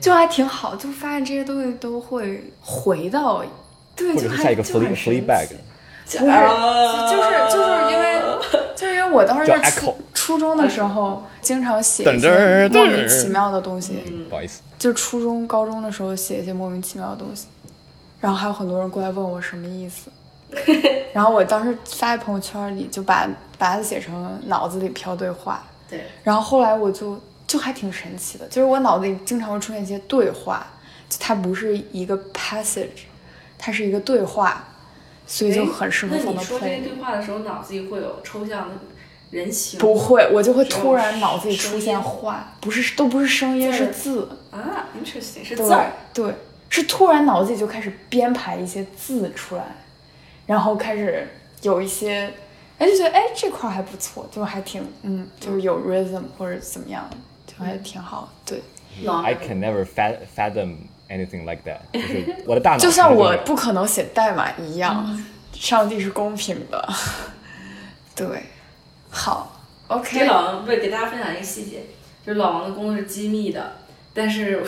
S3: 就还挺好，就发现这些东西都会回到，
S1: 或
S3: 对，
S1: 者
S3: 就
S1: 是
S3: 还
S1: 下一个
S3: 就很
S1: flip
S3: 神奇
S1: flip bag，
S3: 不是，就是就是因为就是因为我当时
S1: 叫
S3: 在初
S1: echo
S3: 初中的时候，经常写一
S1: 噔噔
S3: 些
S1: 噔
S3: 莫名其妙的东西，
S1: 不好意思，
S3: 就初中、高中的时候写一些莫名其妙的东西，然后还有很多人过来问我什么意 思，然后我当时发在朋友圈里，就把把它写成脑子里飘对话，
S5: 对，
S3: 然后后来我就就还挺神奇的，就是我脑子里经常会出现一些对话，就它不是一个 passage，它是一个对话，所以就很适合
S5: 哎那
S3: 放
S5: 你
S3: 到
S5: 说这
S3: play
S5: 些
S3: 里
S5: 对。话的时候，脑子里会有抽象的人形？
S3: 不会，我就会突
S5: 只
S3: 然
S5: 有
S3: 脑子里出
S5: 声
S3: 现
S5: 音
S3: 话，不是都不是声音，
S5: 字儿
S3: 是字。
S5: 啊，interesting，是字
S3: 对
S5: 儿。
S3: 对，是突然脑子里就开始编排一些字出来，然后开始有一些，哎就觉得哎这块儿还不错，就还挺嗯，就是有 rhythm 或者怎么样，就
S5: 嗯
S3: 还挺好。对，嗯
S1: I can never fa- fathom anything like that，就是我的大脑
S3: 就像
S1: 是
S3: 我
S1: 这种
S3: 不可能写代码一样，
S5: 嗯
S3: 上帝是公平的。 对，好
S5: 给
S3: ，OK，
S5: 老王不是给大家分享一个细节，就是老王的工作是机密的，但是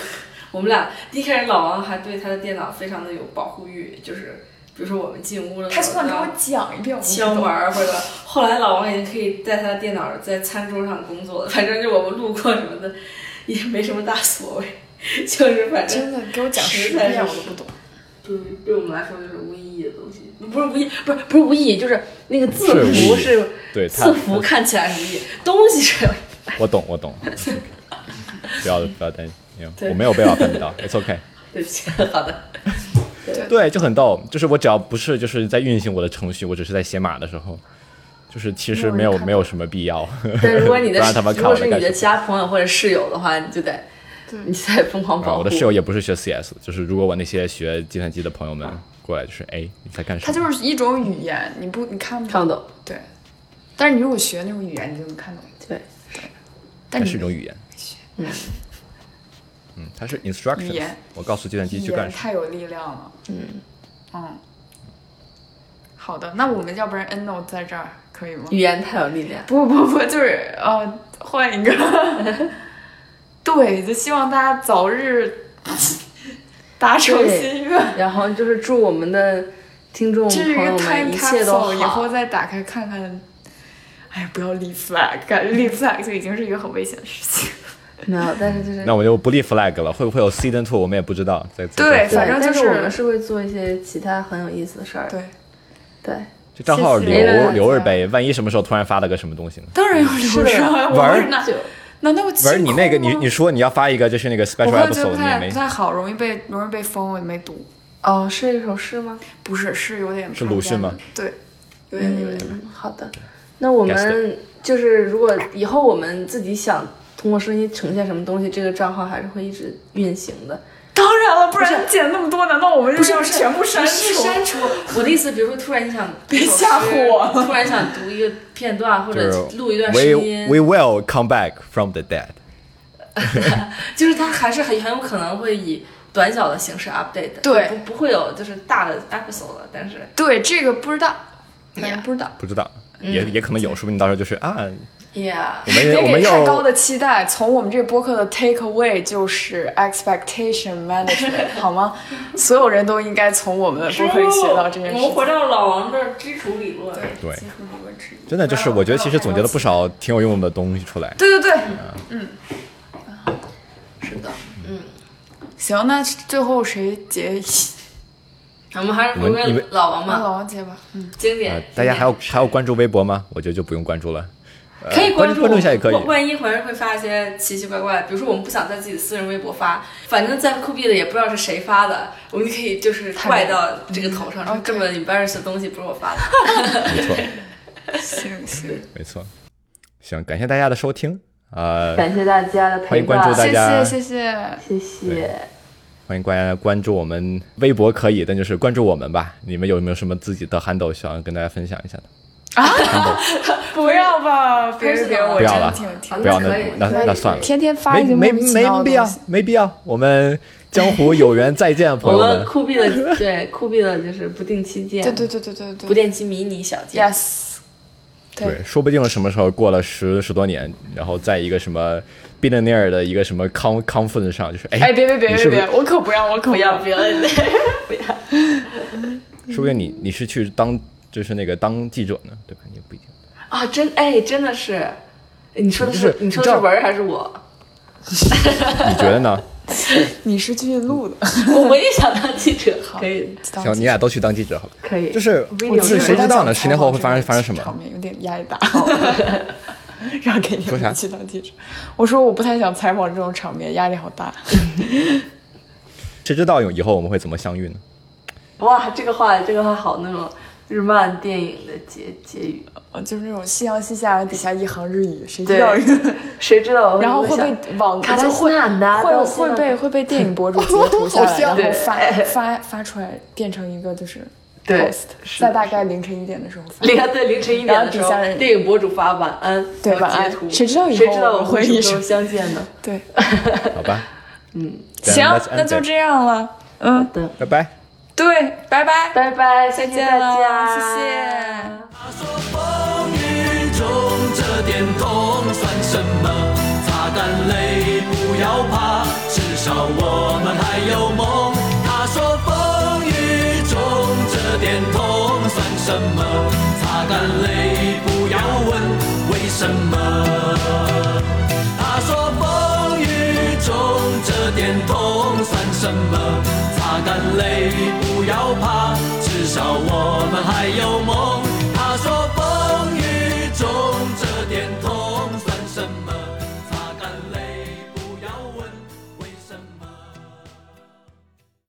S5: 我们俩第一开始老王还对他的电脑非常的有保护欲，就是比如说我们进屋了，
S3: 他就算
S5: 我
S3: 给
S5: 要
S3: 我讲一遍，我都不
S5: 敲门
S3: 懂
S5: 儿或者后来老王已经可以在他的电脑在餐桌上工作了，反正就我们路过什么的也没什么大所谓，就是反正
S3: 真的给我讲
S5: 实
S3: 十
S5: 在
S3: 遍
S5: 是
S3: 我都不懂。
S5: 就是对我们来说就是无意义的东西，不是无意，不是不是无意义，就是那个字
S1: 是无意
S5: 符
S1: 义
S5: 是
S1: 对它
S5: 字符看起来是无意义，东西是有意 义
S1: 我懂我懂， 不要不要担心，
S5: 对
S1: 我没有被冒犯到，It's OK。
S5: 对不起，好的，
S1: 对，就很逗，就是我只要不是就是在运行我的程序，我只是在写码的时候，就是其实没
S3: 没有
S1: 有
S3: 人看
S1: 没有什么必要。
S2: 但如果你的
S1: 不让他们
S2: 如
S1: 看
S2: 果
S1: 我
S2: 是
S1: 在
S2: 你
S1: 干
S2: 的
S1: 什么。
S2: 其他朋友或者室友的话，你就得你就得疯狂
S3: 哦
S1: 啊，
S2: 保护。
S1: 我的室友也不是学 CS，的就是如果我那些学计算机的朋友们过来，就是哎你在干什
S3: 它
S1: 么？
S3: 就是一种语言，你不你看不
S2: 看不懂，
S3: 对，但是你如果学那种语言，你就能看懂。
S2: 对，
S3: 但
S1: 它
S3: 你
S1: 是一种语言。嗯，它是
S3: 语
S1: instruction，
S3: 言
S1: 我告诉计算机
S3: 语
S1: 去干
S3: 言
S1: 什么。
S3: 太有力量了。嗯嗯，好的，那我们要不然 end note 在这儿可以吗？
S2: 语言太有力量。
S3: 不不不，就是呃，换一个。 对，就希望大家早日 达成
S2: 对
S3: 心 愿。
S2: 然后就是祝我们的听众
S3: 这
S2: 朋
S3: 是一
S2: 友
S3: 个
S2: 们
S3: time
S2: 一 切都
S3: capsule，以
S2: 好
S3: 后。再打开看看。哎呀，不要立 flag，感觉
S2: 嗯
S3: 立 flag 就已经是一个很危险的事情。
S2: 没有，但是就是
S1: 那我就不立 flag 了，会不会有 season two 我们也不知道。在
S3: 对
S2: 对
S3: 反正
S2: 但
S3: 就是
S2: 我们是会做一些其他很有意思的事儿。
S3: 对，
S2: 对，
S1: 这账号
S3: 谢
S1: 留
S3: 谢
S1: 留着呗，万一什么时候突然发了个什么东西呢？
S3: 当然要留着啊，我
S1: 玩儿
S3: 是拿
S2: 就
S3: 难道我
S1: 不是
S3: 清
S1: 你
S3: 空
S1: 那个，你
S3: 吗
S1: 你说你要发一个就是那个
S3: 我
S1: special
S3: 后来觉得
S1: episode，
S3: 不
S1: 你也
S3: 太
S1: 没
S3: 不太好，容易被容易被封，我没读。
S2: 哦，是一首诗吗？
S3: 不是，是有点
S1: 是鲁迅吗？
S3: 对，有点有点。
S2: 嗯，好的。那我
S1: Guess
S2: 们就是如果以后我们自己想
S4: 通过声音呈现什么东西，这个账号还是会一直运行的。
S3: 当然了，不然剪那么多，难道我们就是要全部删
S5: 不是
S3: 除？
S5: 删除。我的意思，比如说突然想
S3: 别吓唬我
S5: 突然想读一个片段或
S1: 就是
S5: 者录一段
S1: we
S5: 声音，
S1: we will come back from the dead。
S5: 就是它还是很很有可能会以短小的形式 update 的，
S3: 对
S5: 不不会有就是大的 episode 了，但是
S3: 对，这个不知道，哎不知道。
S1: 不知道，也也可能有，说不定到时候就是啊，
S5: yeah，
S1: 我们
S3: 别
S1: 哎我
S3: 给
S1: 们
S3: 太高
S1: 又
S3: 的期待。从我们这播客的 take away 就是 expectation management，好吗？ 所有人都应该从我们的播客里学到这件事
S5: 哦我们
S3: 情。
S5: 回到老王这儿基础理论，
S1: 对
S5: 基础理论之一。
S1: 真的就是我觉得其实总结了不少挺有用的东西出来。
S3: 对对对，
S5: 是的，
S3: 行，那最后谁结？
S5: 我们还是
S1: 我
S5: 回
S1: 们你
S5: 归
S1: 们
S5: 老王
S3: 那
S5: 吧，
S3: 老王结吧。嗯，
S5: 经典
S1: 呃。，大家还要
S5: 经典
S1: 还要关注微博吗？我觉得就不用关注了。呃
S5: 可以
S1: 关
S5: 注
S1: 关注一下也可以
S5: 万万一回来会发一些奇奇怪怪的，比如说我们不想在自己的私人微博发，反正在酷毙的也不知道是谁发的，我们就可以就是怪到这个头上，
S1: 嗯
S5: 说这么 embarrass 的东西不是我发的。
S1: 没错，
S3: 行行，
S1: 没错。行，感谢大家的收听，呃，
S2: 感谢大家的
S1: 欢
S2: 陪
S1: 迎关注
S2: 伴，
S1: 大
S3: 谢
S1: 家
S3: 谢，谢谢。
S2: 谢谢。
S1: 欢迎大家关注我们微博可以，但就是关注我们吧。你们有没有什么自己的 handle 想要跟大家分享一下的？
S3: 不要吧，别别别，我
S1: 不
S3: 真
S1: 要
S3: 的
S1: 了
S3: 挺挺。
S1: 不要那
S5: 可以
S1: 那
S4: 可以
S1: 那算了，
S3: 天天发
S1: 没
S3: 一些
S1: 没
S3: 莫名其妙
S1: 没
S3: 的
S1: 必
S3: 东
S1: 要
S3: 西，，
S1: 没必要。我们江湖有缘，再 见，朋
S2: 我
S1: 友
S2: 们
S1: 们。
S2: 酷毙的， 对酷毙的，就是不定期见，
S3: 对对对对对对
S5: 不定期迷你小件，
S3: Yes，
S1: 对，说不定什么时候过了十十多年，然后在一个什么 billionaire 的一个什么 con conference 上，就是哎
S3: 哎，别别别
S1: 你
S3: 别
S1: 是不是
S3: 别，我可不要，我可不要，
S2: 不要脸。
S1: 说不定你你是去当就是那个当记者呢，对吧？你也不一定。
S2: 啊，真哎，真的是，你说的
S1: 不
S2: 是
S1: 是
S2: 你说
S1: 你知
S2: 的
S1: 道
S2: 是文儿还是 我？
S1: 你觉得呢？
S3: 你是去录 的，
S2: 我也想当记者，可以
S3: 当
S1: 行，你俩都去当记者好了。
S2: 可以，
S1: 就是
S2: 我
S1: 就是谁知道呢？十年后会发生发生什
S3: 场
S1: 么？
S3: 面有点压力 大，让给你
S1: 说啥
S3: 们去当记者。我说我不太想采访这种场面，压力好 大。
S1: 谁知道有以后我们会怎么相遇呢？
S2: 哇，这个话这个话好那种日漫电影的结结语，啊
S3: 呃就是那种夕阳西下，底下一行日语，谁知道？
S2: 谁知道我
S3: 然后会
S2: 想
S3: 被网
S2: 卡
S3: 就
S2: 拉
S3: 会
S2: 西纳的
S3: 会
S2: 到西
S3: 会
S2: 纳
S3: 被会被电影博主截图下
S1: 好
S3: 来，然
S1: 像
S3: 后
S2: 对
S3: 发发发出来，变成一个就是
S2: 对
S3: post，
S2: 是
S3: 在
S2: 的
S3: 大概凌晨一点的时候发。
S2: 凌对凌晨一点
S3: 然后
S2: 的时
S3: 底
S2: 候
S3: 下人，
S2: 电影博主发晚安，
S3: 对
S2: 然后
S3: 晚安
S2: 截图
S3: 谁知道以
S2: 谁
S3: 后
S2: 知道我们
S3: 会
S2: 什么
S3: 一
S2: 时候
S3: 直
S2: 相见 呢？
S3: 对，
S1: 好 吧，嗯，
S3: 行，那就，这样了。嗯，
S1: 拜拜。
S3: 对，拜拜。
S2: 拜拜，
S3: 再
S2: 谢谢
S3: 见
S2: 大
S3: 了
S2: 家，
S3: 谢谢。
S7: 他说风雨中这点痛算什么？擦干泪，不要怕，至少我们还有梦。他说风雨中这点痛算什么？擦干泪，不要问为什么。他说风雨中这点痛算什么？擦干泪，不要怕，